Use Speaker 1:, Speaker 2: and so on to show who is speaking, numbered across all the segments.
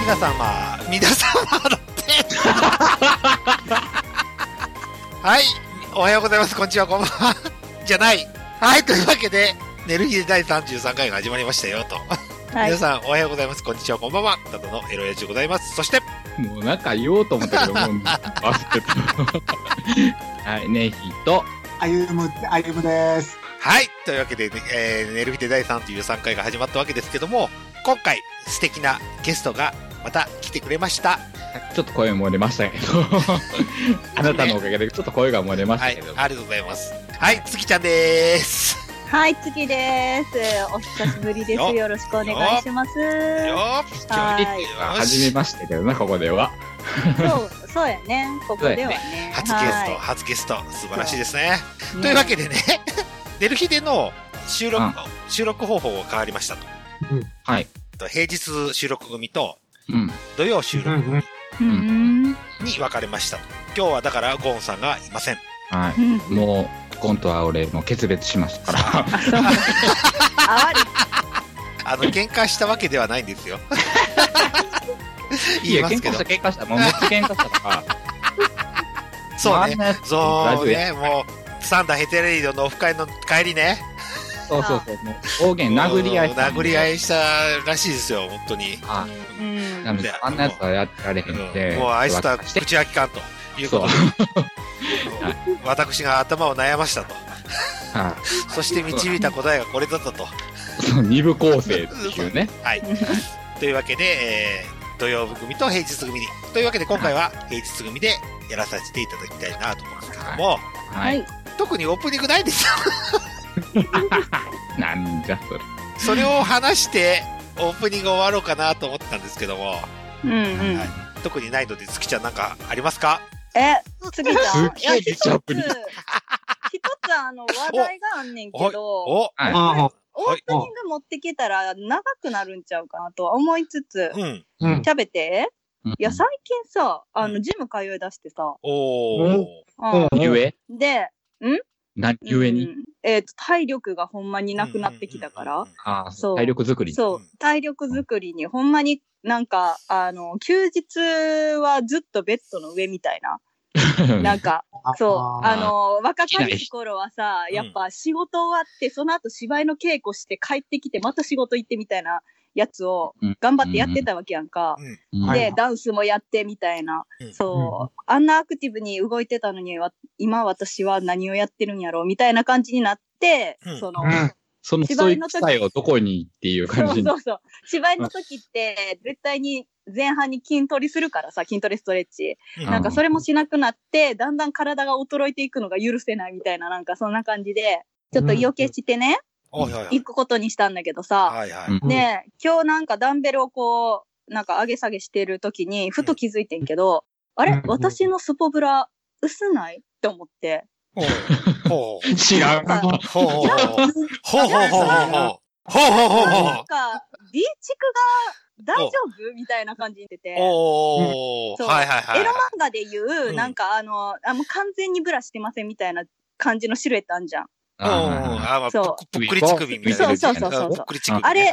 Speaker 1: 皆様、皆様だって。はい、おはようございます。こんにちは、こんばんは。じゃない。はい、というわけで、寝る日で第33回が始まりましたよ、と。
Speaker 2: はい
Speaker 1: 皆。さん、おはようございます。こんにちは、こんばんは。などのエロヤジでございます。そして、
Speaker 3: もうなんか言おうと思ったけど、もう忘れた。はい、ねひと、
Speaker 4: あゆむ、あゆむです。
Speaker 1: はい、というわけで、えー、寝る日で第33回が始まったわけですけども、今回、素敵なゲストがまた来てくれました。
Speaker 3: ちょっと声漏れま したけど、あなたのおかげでちょっと声が漏れま
Speaker 1: は
Speaker 3: した
Speaker 1: い
Speaker 3: けど、、
Speaker 1: ありがとうございます。はい、月ちゃんでーす。
Speaker 2: はい、次です。お久しぶりです。
Speaker 1: よ
Speaker 2: よろしくお願いします。
Speaker 1: よ
Speaker 2: はい
Speaker 1: は
Speaker 3: 初めましてけどな、ここでは。
Speaker 2: そう、そうやね。ここではね。
Speaker 1: 初ゲスト、
Speaker 2: は
Speaker 1: 初ゲスト、素晴らしいですね。
Speaker 2: い。
Speaker 1: というわけ
Speaker 2: で。
Speaker 1: でね、寝る日での収録
Speaker 3: うん、
Speaker 1: 収録方法が変わりましたと。
Speaker 3: はい。
Speaker 1: と平日収録組と
Speaker 3: うん。
Speaker 1: 土曜収録
Speaker 4: ん、
Speaker 2: うん。
Speaker 1: に分かれましたと。今日はだからゴーンさんがいません。
Speaker 3: は
Speaker 2: う
Speaker 3: い。
Speaker 2: ん。
Speaker 3: もう、コントは俺、もう決別しましたから。
Speaker 2: あ、そう。あわり。
Speaker 1: あの、 喧嘩したわけではないんですよ。
Speaker 3: い
Speaker 1: 言い
Speaker 3: や、
Speaker 1: ま
Speaker 3: 喧
Speaker 1: すけど
Speaker 3: 嘩した、。喧嘩した。もうめっちゃ喧嘩したから。
Speaker 1: そう
Speaker 3: あん
Speaker 1: ね。
Speaker 3: なやつ大
Speaker 1: そ
Speaker 3: 丈
Speaker 1: う
Speaker 3: 夫や。
Speaker 1: ね。もう、サンダーヘテレリドのオフ会の帰りね。
Speaker 3: そうそうそう。もう、方言殴り合いしたんで。
Speaker 1: 殴り合
Speaker 3: い。
Speaker 1: いしたらしいですよ、本当に。
Speaker 3: あ、
Speaker 2: うん。
Speaker 3: ダメですあんなやつはやってられへんので。
Speaker 1: もう愛した
Speaker 3: して。
Speaker 1: 口開き感ということで、私が頭を悩ましたと。
Speaker 3: はい。
Speaker 1: そして導いた答えがこれだったと。
Speaker 3: そう二部構成っていうね。
Speaker 1: はい。というわけで、えー土曜組と平日組に。というわけで今回は平日組でやらさせていただきたいなと思うんですけども、
Speaker 3: は。
Speaker 2: はいい。
Speaker 1: 特にオープニングないんですよ。
Speaker 3: なんじゃそれ。
Speaker 1: それを話して、オープニング終わろうかなと思ってたんですけども、
Speaker 2: うんうん。
Speaker 1: 特にないので、月ちゃんなんかありますか
Speaker 2: え、次じゃん。
Speaker 3: すっげえ
Speaker 2: いや一
Speaker 3: ジャ
Speaker 2: つ
Speaker 3: ブに。
Speaker 2: 一つあの話題があんねんけど、
Speaker 1: お
Speaker 3: はい。
Speaker 4: あ
Speaker 2: オープニング持ってけたら長くなるんちゃうかなとは思いつつ、
Speaker 1: うん。
Speaker 4: あ、うん。
Speaker 2: 喋って。
Speaker 3: うん
Speaker 2: いや、最近さ、あ
Speaker 1: う
Speaker 2: の、ジム通い出してさ、
Speaker 1: おー。
Speaker 2: うん
Speaker 3: ゆえ
Speaker 2: で、
Speaker 3: 何ゆえ
Speaker 2: う
Speaker 3: に
Speaker 2: んえっ、と、体力がほんまになくなってきたから、
Speaker 1: うんうんうんうん、
Speaker 3: ああ、
Speaker 2: そう
Speaker 3: 体力作り。
Speaker 2: そううん体力づくりにほんまになんか、あの、休日はずっとベッドの上みたいな、 なんか、そう、あの、若かりし頃はさ、
Speaker 1: うん
Speaker 2: やっぱ仕事終わって、その後芝居の稽古して帰ってきて、また仕事行ってみたいなやつを
Speaker 3: うん
Speaker 2: 頑張ってやってたわけやんか。
Speaker 3: うん
Speaker 4: はい
Speaker 2: で、ダンスもやってみたいな
Speaker 1: うん。
Speaker 2: そう。あんなアクティブに動いてたのに、わ今私は何をやってるんやろうみたいな感じになって
Speaker 1: うん、
Speaker 2: その、
Speaker 4: うん
Speaker 3: そのストイックさをどこにっていう感
Speaker 2: そう
Speaker 3: じに
Speaker 2: そうそう。芝居の時って、絶対に前半に筋トレするからさ、筋トレストレッチ。
Speaker 1: うん
Speaker 2: なんかそれもしなくなって、だんだん体が衰えていくのが許せないみたいな、なんかそんな感じで、ちょっと意を決してね、
Speaker 1: はいはいはい
Speaker 2: 行くことにしたんだけどさ、
Speaker 1: はいはい。
Speaker 3: うん
Speaker 4: うん
Speaker 2: ねえ今日なんかダンベルをこう、なんか上げ下げしてる時に、ふと気づいてんけど、あ
Speaker 4: う
Speaker 2: れ
Speaker 4: ん
Speaker 2: 私のスポブラ、薄ないって思って。
Speaker 1: ほうほう
Speaker 3: 違うな。
Speaker 1: ほうほうほうほうほうほうほうほうほうほうほ
Speaker 2: な
Speaker 1: うん
Speaker 2: か、B 地区が大丈夫みたいな感じに出て。
Speaker 1: おー
Speaker 2: そう
Speaker 1: はいはいはい
Speaker 2: エロ漫画で言う、
Speaker 1: うん
Speaker 2: なんかあの、あもう完全にブラしてませんみたいな感じのシルエットあんじゃん。
Speaker 1: おー
Speaker 3: あ
Speaker 1: あまあ
Speaker 2: そう
Speaker 1: ぷっくり乳首みたいな
Speaker 2: そうそうそうそう
Speaker 1: ぷっくり乳首ね
Speaker 2: あれ
Speaker 1: はい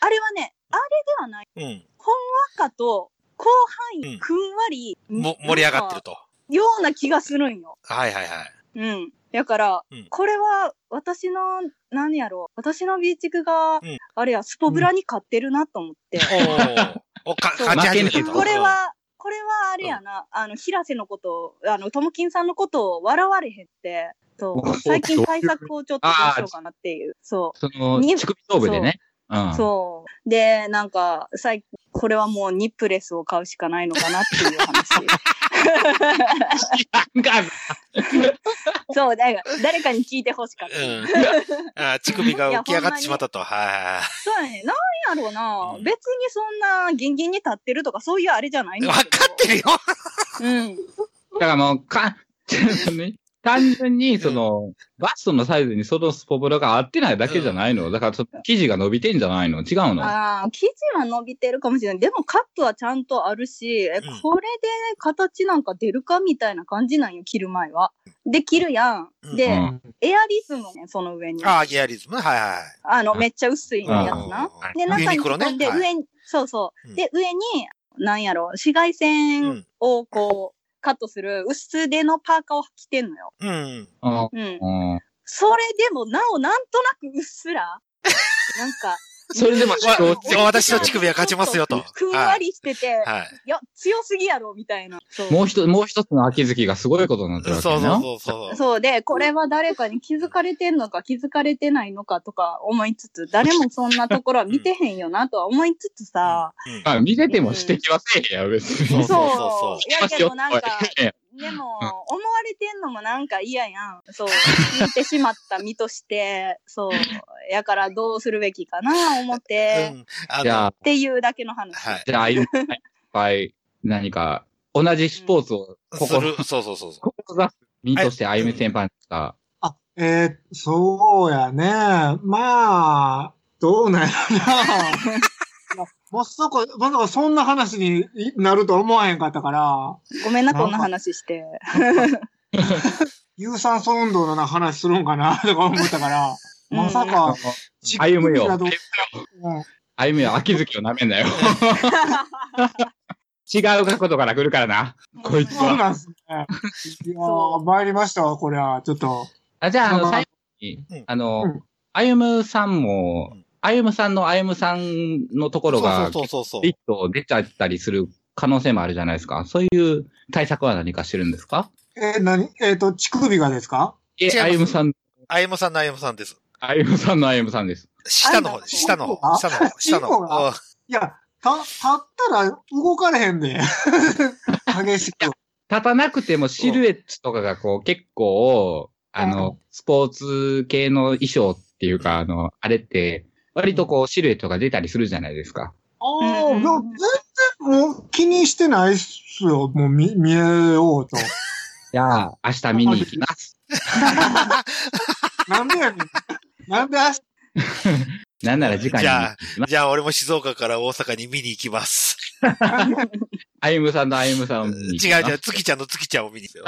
Speaker 2: あれはね、あれではない。
Speaker 1: うん
Speaker 2: かと、広範
Speaker 1: うん
Speaker 2: 囲、ふんわり、
Speaker 1: も盛り上がってると
Speaker 2: ような気がするんよ。
Speaker 1: はいはいはい
Speaker 2: うん。だから、
Speaker 1: うん
Speaker 2: これは私の、何やろう、私のビーチクが、
Speaker 1: ん
Speaker 2: あれや、スポブラに勝ってるなと思って。
Speaker 1: おーおか
Speaker 2: そう
Speaker 1: 感じ始めてると
Speaker 2: これは、これはあれやな、あの、平瀬のことを、あの、ともきんさんのことを笑われへんって、そう、最近対策をちょっと出しようかなっていう、そう。
Speaker 3: その、
Speaker 2: に
Speaker 3: 乳首頭部でね。うん。
Speaker 2: そう。で、なんか、最これはもうニップレスを買うしかないのかなっていう 話。
Speaker 3: なんか
Speaker 2: そう、だから誰かに聞いてほしかった。
Speaker 1: うんあ乳首が浮き上がってしまったとはいはいは
Speaker 2: そうやね。なんやろうな。別にそんなギンギンに立ってるとかそういうあれじゃない
Speaker 1: い
Speaker 2: ん
Speaker 1: 分
Speaker 2: だ
Speaker 1: か
Speaker 2: けど。
Speaker 1: ってるよ
Speaker 2: うん。
Speaker 3: だからもう、か、 単純に、その、バストのサイズにそのスポブラが合ってないだけじゃないの。だから、その生地が伸びてんじゃないの違うの
Speaker 2: ああ、生地は伸びてるかもしれない。でもカップはちゃんとあるし、
Speaker 1: う
Speaker 2: え
Speaker 1: ん
Speaker 2: これで形なんか出るかみたいな感じなんよ、切る前は。で、切るやん。で、
Speaker 3: うん
Speaker 2: エアリズムをね、その上に。あ
Speaker 1: あーギアリズムねはいはい
Speaker 2: の、めっちゃ薄いやつな。
Speaker 1: うん
Speaker 2: で、中
Speaker 1: ユ
Speaker 2: に
Speaker 1: ニクロね
Speaker 2: で、
Speaker 1: はい
Speaker 2: 上に、そうそうう。
Speaker 1: ん
Speaker 2: で、上に、なんやろ、紫外
Speaker 1: う
Speaker 2: 線
Speaker 1: ん。
Speaker 2: をこう、カットする薄手のパーカーを着てんのよ。
Speaker 1: うん。
Speaker 3: あ
Speaker 2: うん。
Speaker 3: あ
Speaker 2: それでも、なお、なんとなくうっ すら、なんか、
Speaker 3: それでも
Speaker 1: わ
Speaker 3: 主張
Speaker 1: わ私の乳首は勝ちますよと。
Speaker 2: ふん
Speaker 1: は
Speaker 2: わ
Speaker 1: い。
Speaker 2: りしてて、
Speaker 1: はい。
Speaker 2: いや、強すぎやろ、みたいな。そう
Speaker 3: もう一つ、もう一つの秋月がすごいことになってる
Speaker 1: そう
Speaker 3: わけ
Speaker 1: そう
Speaker 3: やな。
Speaker 1: そうそう。
Speaker 2: そうで、これは誰かに気づかれてんのか気づかれてないのかとか思いつつ、誰もそんなところは見てへんよなとは思いつつさ、
Speaker 1: うん
Speaker 3: まあ、見てても指摘はせえへんや、別
Speaker 1: うん
Speaker 3: に。
Speaker 1: そうそうそう
Speaker 2: いやけど なんか、
Speaker 3: え
Speaker 2: でも、思われてんのもなんか嫌やん。そう、聞いてしまった身として、そう、やからどうするべきかな、思っ
Speaker 1: う
Speaker 2: て、っ
Speaker 1: ん。あ
Speaker 3: えじゃ
Speaker 1: の、
Speaker 3: あ、
Speaker 2: ていうだけの話。
Speaker 1: はい。
Speaker 3: じゃあ、あいっぱい、何か、同じスポーツを
Speaker 1: す
Speaker 3: 心、
Speaker 1: る、そうそうそうそう。
Speaker 3: 志す身として歩み先輩ですか。
Speaker 4: あ、えー、そうやね。まあ、どうなんやろ な。まさか、まさかそんな話になるとは思わへんかったから、
Speaker 2: ごめんな、こんな 話して。
Speaker 4: 有酸素運動のな話するんかな、とか思ったから、
Speaker 2: うん
Speaker 4: まさか、
Speaker 3: 歩むよ
Speaker 4: 乳首がどう
Speaker 3: 歩みは秋月を舐めん なよ。違う角度から来るからな。こいつ
Speaker 4: そう
Speaker 3: は。
Speaker 4: な んすね。いやー、参りましたわ、これは。ちょっと。
Speaker 3: あじゃあ、あ
Speaker 4: ま
Speaker 3: の、
Speaker 4: あ
Speaker 3: 最後に
Speaker 1: うん、
Speaker 3: あの
Speaker 4: うん、
Speaker 3: 歩むさん
Speaker 1: う
Speaker 3: も
Speaker 1: ん、
Speaker 3: 歩むさんの歩むさんのところが、
Speaker 1: そうそうそうそう
Speaker 3: リット出ちゃったりする可能性もあるじゃないですか。そういう対策は何かしてるんですか
Speaker 4: えー、何えっ、と、乳首がですか
Speaker 3: え
Speaker 1: 違いま、す
Speaker 3: あゆむさん、
Speaker 1: あゆむさんのあゆむさんです。
Speaker 3: あゆむさんのあゆむさんです。
Speaker 1: 下の方です。下の方。下の方。下の
Speaker 4: いい
Speaker 1: 方。
Speaker 4: 方が
Speaker 1: うん
Speaker 4: いや、た、立ったら動かれへん で。激しく。
Speaker 3: 立たなくてもシルエットとかがこう結構、あの、スポーツ系の衣装っていうか、あの、あれって、割とこうシルエットが出たりするじゃないですか。
Speaker 4: ああ、
Speaker 2: うん
Speaker 4: いや全然もう気にしてないっすよ。もう見、見えよ うと。
Speaker 3: じゃあ、明日見に行き ます。
Speaker 4: なんでやねん。なんで明日
Speaker 3: なんなら時間に
Speaker 1: じゃあ
Speaker 3: 行きます。
Speaker 1: じゃあ、俺も静岡から大阪に見に行きます。
Speaker 3: あゆむさんのあゆむさんを見に行き
Speaker 1: 違
Speaker 3: ま
Speaker 1: う
Speaker 3: す
Speaker 1: 違う、月ちゃんの月ちゃんを見に行くよ。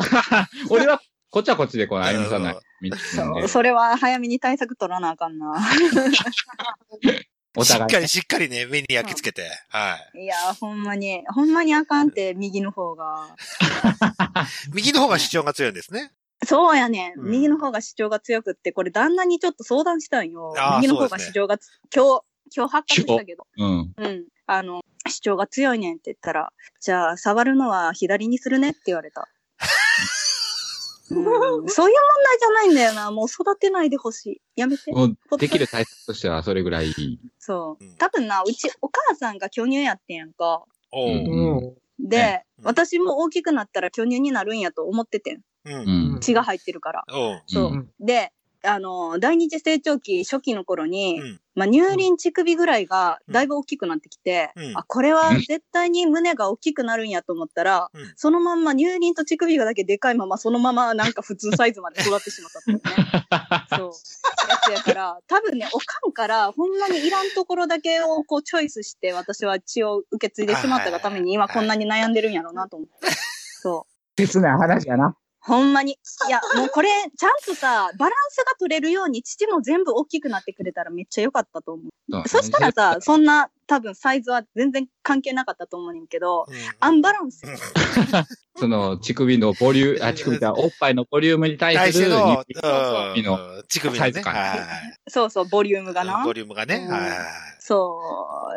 Speaker 3: 俺は、こっちはこっちでこのあゆむさんの見に行くんで、
Speaker 2: それは早めに対策取らなあかんな。
Speaker 3: お
Speaker 1: しっ
Speaker 3: 互い
Speaker 1: かりしっかりね、目に焼き付けて。はい。
Speaker 2: いや、ほんまに、ほんまにあかんって、右の方が。
Speaker 1: 右の方が主張が強いんですね。
Speaker 2: そうやね、
Speaker 1: うん
Speaker 2: ん。右の方が主張が強くって、これ旦那にちょっと相談したんよ
Speaker 1: あー。
Speaker 2: 右の
Speaker 1: そう
Speaker 2: 方
Speaker 1: で
Speaker 2: が
Speaker 1: すね
Speaker 2: 主張がつ、今日、今日発覚したけど。
Speaker 3: うん。
Speaker 2: うん。あの、主張が強いねんって言ったら、じゃあ、触るのは左にするねって言わ れた。うんそういう問題じゃないんだよな。もう育てないでほしい。やめて。
Speaker 3: もうできる対策としてはそれぐらい。
Speaker 2: そう
Speaker 1: うん。
Speaker 2: 多分な、うちお母さんが巨乳やってんやんか。
Speaker 1: おう。
Speaker 3: うん
Speaker 4: も
Speaker 2: で、
Speaker 1: うん
Speaker 2: 私も大きくなったら巨乳になるんやと思っててん。
Speaker 1: う。
Speaker 3: うんん。
Speaker 2: 血が入ってるから。
Speaker 1: おう。
Speaker 2: そうう。で、あの、第二次成長期初期の頃に、
Speaker 1: うん
Speaker 2: まあ、乳輪乳首ぐらいがだいぶ大きくなってきて、
Speaker 1: うん
Speaker 2: あ、これは絶対に胸が大きくなるんやと思ったら、
Speaker 1: うん
Speaker 2: そのまんま乳輪と乳首がだけでかいまま、そのままなんか普通サイズまで育ってしまったっていうね。そう。やつやから、多分ね、おかんから、ほんまにいらんところだけをこうチョイスして、私は血を受け継いでしまったがために、今こんなに悩んでるんやろうなと思って。そう。
Speaker 3: 切ない話やな。
Speaker 2: ほんまに。いや、もうこれ、ちゃんとさ、バランスが取れるように、父も全部大きくなってくれたらめっちゃ良かったと思う。そしたらさ、そんな、多分サイズは全然関係なかったと思うねんけど、アンバランス。
Speaker 3: その、乳首のボリュ ーム、あ、乳首っておっぱいのボリュームに対
Speaker 1: 対
Speaker 3: す
Speaker 1: して
Speaker 3: る、
Speaker 1: の、
Speaker 3: 乳首の
Speaker 1: うん乳首の
Speaker 3: サ
Speaker 1: ね
Speaker 3: イズ感
Speaker 1: はいはい
Speaker 2: そうそう、ボリュームが
Speaker 1: はい。
Speaker 2: な
Speaker 1: ボ。リュームがね。
Speaker 2: うん
Speaker 1: はいはい
Speaker 2: そ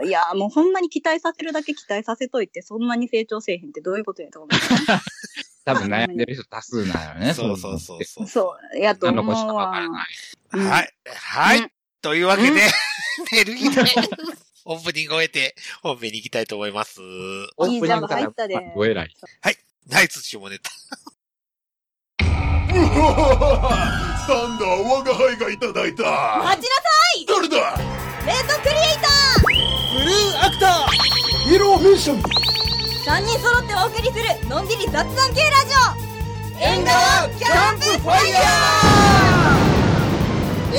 Speaker 2: う。いや、もうほんまに期待させるだけ期待させといて、そんなに成長せえへんってどういうことやと思。
Speaker 3: 多分悩んでる人多数なんよ
Speaker 1: は
Speaker 3: ね。
Speaker 1: い。そうそうそううそうう。
Speaker 2: そう、やと
Speaker 3: 何
Speaker 2: 思
Speaker 3: のこしか
Speaker 2: う
Speaker 3: わか
Speaker 2: わ
Speaker 3: ら。ない。
Speaker 2: うん
Speaker 1: はい。は
Speaker 2: う
Speaker 1: い
Speaker 2: ん。
Speaker 1: というわけ
Speaker 2: うん
Speaker 1: で、 寝る日 のオープニングを終えて、本編に行きたいと思います。
Speaker 2: いいジャブ入ったで
Speaker 3: オープニングからお偉い。
Speaker 1: ナイツ下ネタ。
Speaker 5: うわサンダー我が輩がいただいた
Speaker 6: 待ち
Speaker 5: 誰だ
Speaker 6: なさいレッドクリエイタ
Speaker 5: ブルーアクターイエローフィッション
Speaker 6: ー3人揃ってお送りするのんびり雑談系ラジオ縁側キャンプファイヤ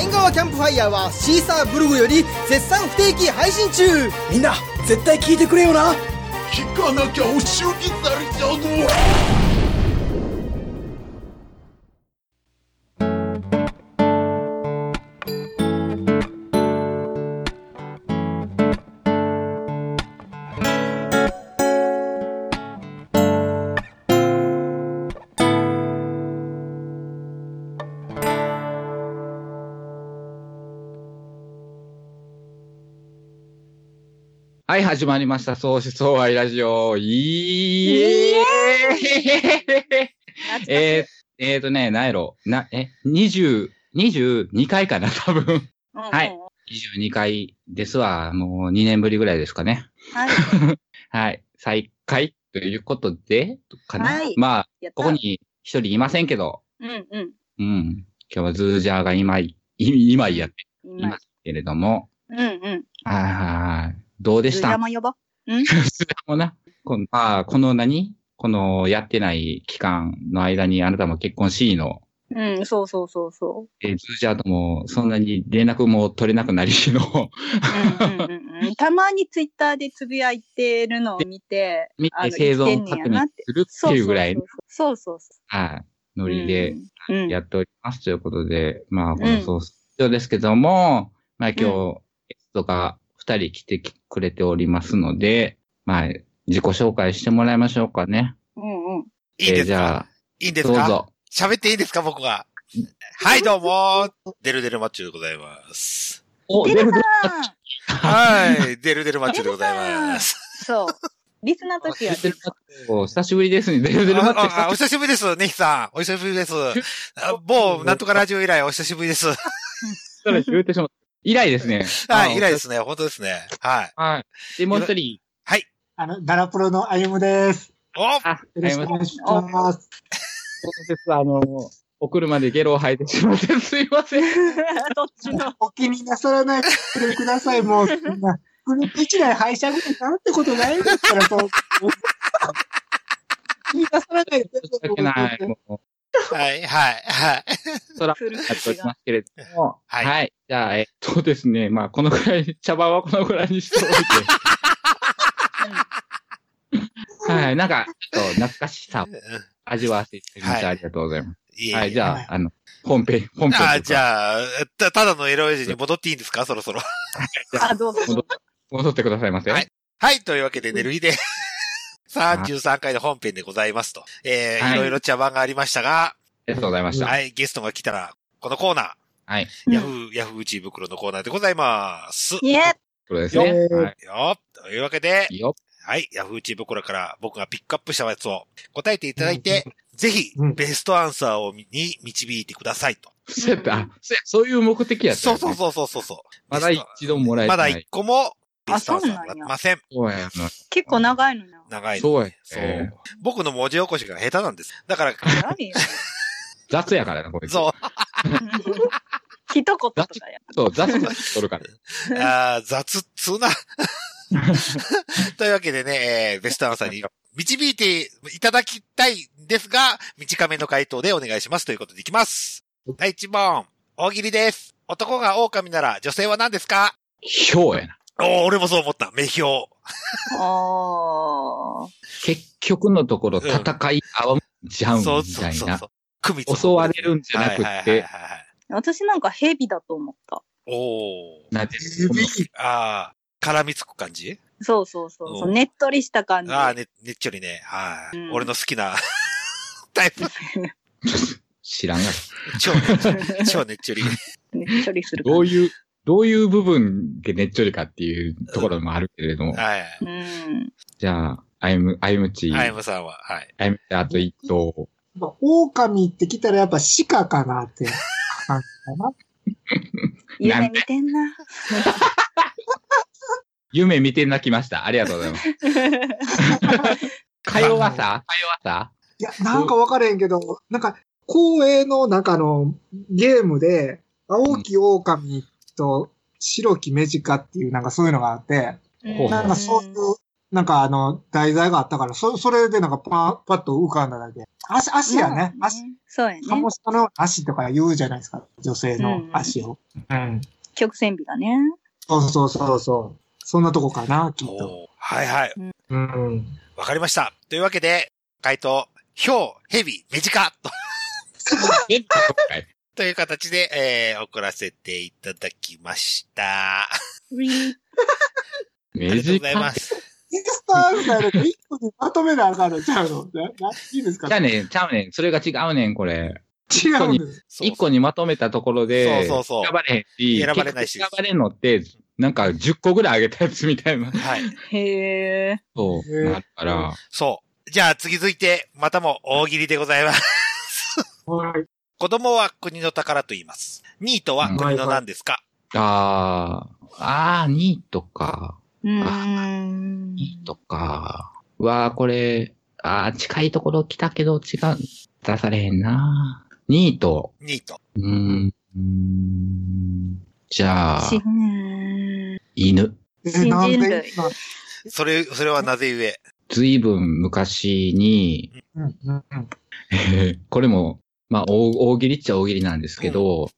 Speaker 7: 縁側キャンプファイヤーはシーサーブログより絶賛不定期配信中みんな絶対聞いてくれよな
Speaker 5: 聞かなきゃお仕置きされちゃうぞ
Speaker 6: ー
Speaker 3: はい、始まりました。そうしそう愛ラジオ。いえーえー、えーとね、なんやろ。な、え、20、22回かな、多分。はい
Speaker 2: うんうん
Speaker 3: 22回ですわ。もう2年ぶりぐらいですかね。
Speaker 2: はい。
Speaker 3: はい。再開ということで、かな。
Speaker 2: はい
Speaker 3: まあ、
Speaker 2: やった
Speaker 3: ここに一人いませんけど、
Speaker 2: うんうん。
Speaker 3: うん。今日はズージャーが今い、い今いやってい
Speaker 2: 今
Speaker 3: ますけれども、
Speaker 2: うんうん。
Speaker 3: はいはいはい。どうでした
Speaker 2: 山呼ば。
Speaker 3: スラもな、この、ああ、この何このやってない期間の間にあなたも結婚しの、
Speaker 2: うん、そうそうそうそう。
Speaker 3: えー、ズージャーともそんなに連絡も取れなくなりしの、
Speaker 2: うんうんうんうん、たまにツイッターでつぶやいてるのを見て、
Speaker 3: 見
Speaker 2: あ
Speaker 3: て
Speaker 2: の
Speaker 3: 生
Speaker 2: 生きてん
Speaker 3: 存
Speaker 2: ね
Speaker 3: 確
Speaker 2: やな
Speaker 3: 認
Speaker 2: って
Speaker 3: するっていうぐらいの、
Speaker 2: そうそうそうそ
Speaker 3: はい、
Speaker 2: う。
Speaker 3: ノリで
Speaker 2: うん、
Speaker 3: やっておりますということで、まあ、こ
Speaker 2: う
Speaker 3: の
Speaker 2: ん
Speaker 3: そうですけども、まあ今日、
Speaker 2: う
Speaker 3: ゲストが二人来てきくれておりますので、まあ、自己紹介してもらいましょうかね。
Speaker 2: うんうん。
Speaker 1: いいで
Speaker 3: えー
Speaker 1: す
Speaker 3: じゃ
Speaker 1: か
Speaker 3: あ、
Speaker 1: いいんです
Speaker 3: どう
Speaker 1: か
Speaker 3: ぞ。
Speaker 1: 喋っていいですか僕は。はい、どうもデルデルマッチョでございます。
Speaker 3: お、
Speaker 2: デ
Speaker 3: 出
Speaker 2: ル
Speaker 3: る
Speaker 2: さ
Speaker 3: ぞ
Speaker 2: ん
Speaker 1: はい、デルデルマッチョでございます。
Speaker 2: そう。リスナーたちや
Speaker 3: デルデルマッチョ久しぶりですね。デルデルマッチョ
Speaker 1: あああお久しぶりです、ネヒさん。お久しぶり です。あ某、なんとかラジオ以来お久しぶりです。
Speaker 3: したら言うてしまった。以来ですね。。
Speaker 1: はい、以来ですすね。本当ですね。はい。
Speaker 3: はい。で、もう一人。
Speaker 4: あの、ダラプロの歩夢です。
Speaker 1: お
Speaker 3: あ、
Speaker 4: よ
Speaker 3: は
Speaker 4: ろ
Speaker 3: い、
Speaker 4: しく
Speaker 3: ま
Speaker 4: お
Speaker 3: た。こ
Speaker 4: 願いします。
Speaker 3: の説は、あの、お車でゲロを吐いてしまって、すいません。
Speaker 2: どっちの。
Speaker 4: お気になさらないでください、もう。そんなグループ一台廃車ぐらいなんてことないですから、そう。 気になさらないで
Speaker 3: 申し訳 ない。も
Speaker 1: はい、はい、はい。
Speaker 3: う、そら、
Speaker 2: 古
Speaker 3: やってお
Speaker 2: 口
Speaker 3: り
Speaker 2: が
Speaker 3: ますけれども。
Speaker 1: は
Speaker 3: はいい。じゃあ、えっとですね、まあ、このくらい、茶番はこのくらいにしておい て。はい。なんか、ちょっと懐かしさを味わわせていただきま
Speaker 1: は
Speaker 3: して、
Speaker 1: い
Speaker 3: ありがとうございます。
Speaker 1: いえいえ
Speaker 3: はい。じ
Speaker 4: は
Speaker 3: ゃ
Speaker 4: い
Speaker 3: あ、あの、本編、本編というか。
Speaker 1: あ、じゃあ、たただのエロエジに戻っていいんですかそろそ ろ。
Speaker 2: あ、どうぞ。
Speaker 3: 戻っ戻ってくださいませ。
Speaker 1: はいはい、というわけで、寝る日 で。33回の本編でございますと。えー、、
Speaker 3: はいい
Speaker 1: ろいろ茶番がありましたが、
Speaker 3: ありがとうございました。
Speaker 1: はい、ゲストが来たら、このコーナ
Speaker 3: はい。
Speaker 1: ー、
Speaker 2: うん
Speaker 1: ヤフー、ヤフー知恵袋のコーナーでございます。
Speaker 2: いえ、
Speaker 3: そうですね。
Speaker 4: よ
Speaker 3: はい。
Speaker 1: よというわけで、
Speaker 3: いいよ。
Speaker 1: はい、ヤフー知恵袋から僕がピックアップしたやつを答えていただいて、ぜひ
Speaker 4: う、ん
Speaker 1: ベストアンサーをみに導いてくださいと。
Speaker 3: そうやった。そうやそういう目的やった
Speaker 1: そ
Speaker 3: よ
Speaker 1: う
Speaker 3: ね。
Speaker 1: そうそうそうそうそう。
Speaker 3: まだ一度もらえて
Speaker 1: まだ
Speaker 3: ない。
Speaker 1: 一個も、ベ
Speaker 2: あ
Speaker 1: ストアンサーもらってません。
Speaker 3: そうやの。
Speaker 2: 結構長いのな。
Speaker 1: 長いの。
Speaker 3: そうや。
Speaker 1: そう。僕の文字起こしが下手なんです。だ から、
Speaker 2: 何よ。
Speaker 3: 雑やからな、これ。
Speaker 1: そう。
Speaker 2: 一言とかや。
Speaker 3: そう、雑なしと るから。
Speaker 1: あー雑っつうな。 というわけでね、えーベストアンサーに導いていただきたいんですが、短めの回答でお願いしますということでいきます。第1問、大喜利です。男が狼なら女性は何ですか
Speaker 3: ひょうやな。
Speaker 1: おー、俺もそう思った。名表。
Speaker 2: あー。
Speaker 3: 結局のところ、
Speaker 1: うん
Speaker 3: 戦い合わんじゃん、み
Speaker 1: そうそ
Speaker 3: た
Speaker 1: う
Speaker 3: い
Speaker 1: そう
Speaker 3: な
Speaker 1: そ。う。組み
Speaker 3: 襲われるんじゃなくて
Speaker 1: はいはいはいはいはい
Speaker 2: 私なんか蛇だと思った。
Speaker 1: おー。
Speaker 3: なで
Speaker 1: あー、絡みつく感じ
Speaker 2: そうそうそうそうう。
Speaker 1: ん
Speaker 2: ねっとりした感じ。
Speaker 1: あー、ね、ねっちょりね。はい、
Speaker 2: うん
Speaker 1: 俺の好きな タイプ。
Speaker 3: 知らんがな。
Speaker 1: 超ねっちょり。超ねっちょり。
Speaker 2: ねっとりする感じ。
Speaker 3: どういう、どういう部分でねっちょりかっていうところもあるけれども。
Speaker 1: はい。
Speaker 2: うん。
Speaker 3: じゃあ、あゆむ、あゆむち、
Speaker 1: ア
Speaker 3: あ
Speaker 1: イ
Speaker 3: ゆ
Speaker 1: ムさんは、はい。
Speaker 3: むち、あと一頭。
Speaker 4: 狼って来たらやっぱ鹿かな って。あ
Speaker 2: 夢見てんな。
Speaker 3: 夢見て泣きました。ありがとうございます。 かよわさかよわ さ
Speaker 4: いや、なんかわからへんけど、なんか、公営の中のゲームで、青き狼と白きメジカっていうなんかそういうのがあって、
Speaker 3: ほう
Speaker 4: なんかそういう、なんかあの、題材があったから、そそれでなんかパパッと浮かんだだけ。足、足やね。
Speaker 2: まあ
Speaker 4: 足。。
Speaker 2: そうやね。
Speaker 4: カモシカの足とか言うじゃないですか。女性の足を。うん。
Speaker 2: 曲線美だね。
Speaker 4: そうそうそうそう。そんなとこかな、きっと。
Speaker 1: おーはいはい。
Speaker 4: うん。
Speaker 1: わかりました。というわけで、回答、ヒョウ、ヘビ、メジカ と
Speaker 3: え今回
Speaker 1: という形で、えー、送らせていただきました。あ
Speaker 3: メ
Speaker 1: りがとう
Speaker 3: ジ
Speaker 1: ございま
Speaker 3: カ。
Speaker 1: す。
Speaker 4: ゲストアンサーで一個にまとめなあかんのちゃうのなないいですか
Speaker 3: じゃあねん、ちゃうねん。それが違うねん、これ。
Speaker 4: 違うんです。
Speaker 1: そう
Speaker 3: 一個にまとめたところで、
Speaker 1: そうそうそう
Speaker 3: 選ばれへんし、
Speaker 1: 選ばれないし
Speaker 3: 結局選ばれんのって、なんか10個ぐらいあげたやつみたいな。
Speaker 1: はい。
Speaker 2: へえ。
Speaker 3: そう、
Speaker 4: へー
Speaker 3: なるから。
Speaker 1: そう。じゃあ次続いて、またも大喜利でございます。
Speaker 4: はい。
Speaker 1: 子供は国の宝と言います。ニートは国の何ですか、
Speaker 3: あー、あー、ニートか。
Speaker 2: うーん。
Speaker 3: ニートか。うわー、これ、あー、近いところ来たけど違う。出されへんな。ニート。
Speaker 1: ニート。
Speaker 3: うーん。うーんじゃあ
Speaker 2: し、うん
Speaker 3: 犬。
Speaker 4: え
Speaker 2: 新
Speaker 4: なんで
Speaker 2: 人類
Speaker 4: 今
Speaker 1: それ、それはなぜゆえ。
Speaker 3: ずいぶん昔に、
Speaker 4: うんうんうん
Speaker 3: これも、まあ、大大喜利っちゃ大喜利なんですけど、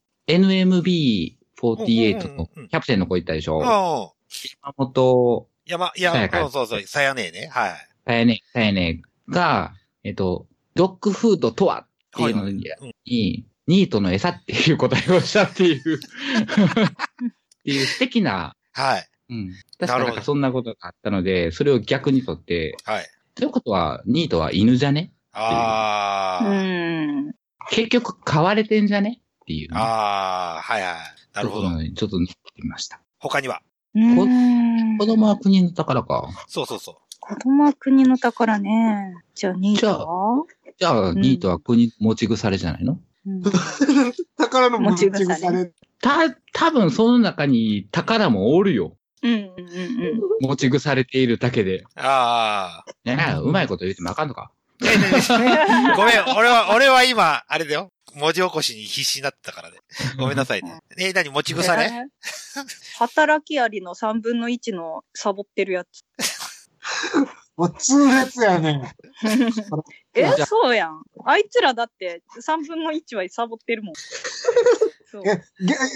Speaker 3: NMB48 のキャプテンの子いったでしょ、
Speaker 1: うん
Speaker 3: 山
Speaker 1: うん。
Speaker 3: 本、
Speaker 1: 山、いや、
Speaker 3: さやか
Speaker 1: うんそうそう、さやねえね。はい。
Speaker 3: さやね、さやねが、えっと、ドッグフードとはっていうのに、
Speaker 1: うん
Speaker 3: ニートの餌っていう答えをしたっていう、っていう素敵な、
Speaker 1: はい。
Speaker 3: うん。
Speaker 1: なるほど
Speaker 3: 確かなんかそんなことがあったので、それを逆にとって、
Speaker 1: はい。
Speaker 3: ということは、ニートは犬じゃね
Speaker 1: あー。
Speaker 2: うん。
Speaker 3: 結局、飼われてんじゃねっていう、ね。
Speaker 1: あー、はいはい。なるほど。
Speaker 3: ちょっと見てみました。
Speaker 1: 他には。
Speaker 2: うん
Speaker 3: 子供は国の宝か。
Speaker 1: そうそうそう。
Speaker 2: 子供は国の宝ね。じゃあ、ニートは
Speaker 3: じゃあ、
Speaker 2: ん
Speaker 3: ニートは国の持ち腐れじゃないの、
Speaker 2: うん
Speaker 4: 宝の持ち腐
Speaker 2: 持ち腐
Speaker 4: れ。
Speaker 3: た、多分その中に宝もおるよ。
Speaker 2: うんうんうん
Speaker 3: 持ち腐れているだけで。
Speaker 1: あー。
Speaker 3: ねえ、うまいこと言ってもあかんのか。
Speaker 1: ねえねえねえごめん、 俺は、俺は今、あれだよ。文字起こしに必死になってたからね。ごめんなさいね。え、何持ち
Speaker 2: うん。
Speaker 1: 腐れ
Speaker 2: えー 働きありの3分の1のサボってるやつ。
Speaker 4: もう痛烈やね。
Speaker 2: え、そうやん。あいつらだって3分の1はサボってるもん。そう
Speaker 4: え、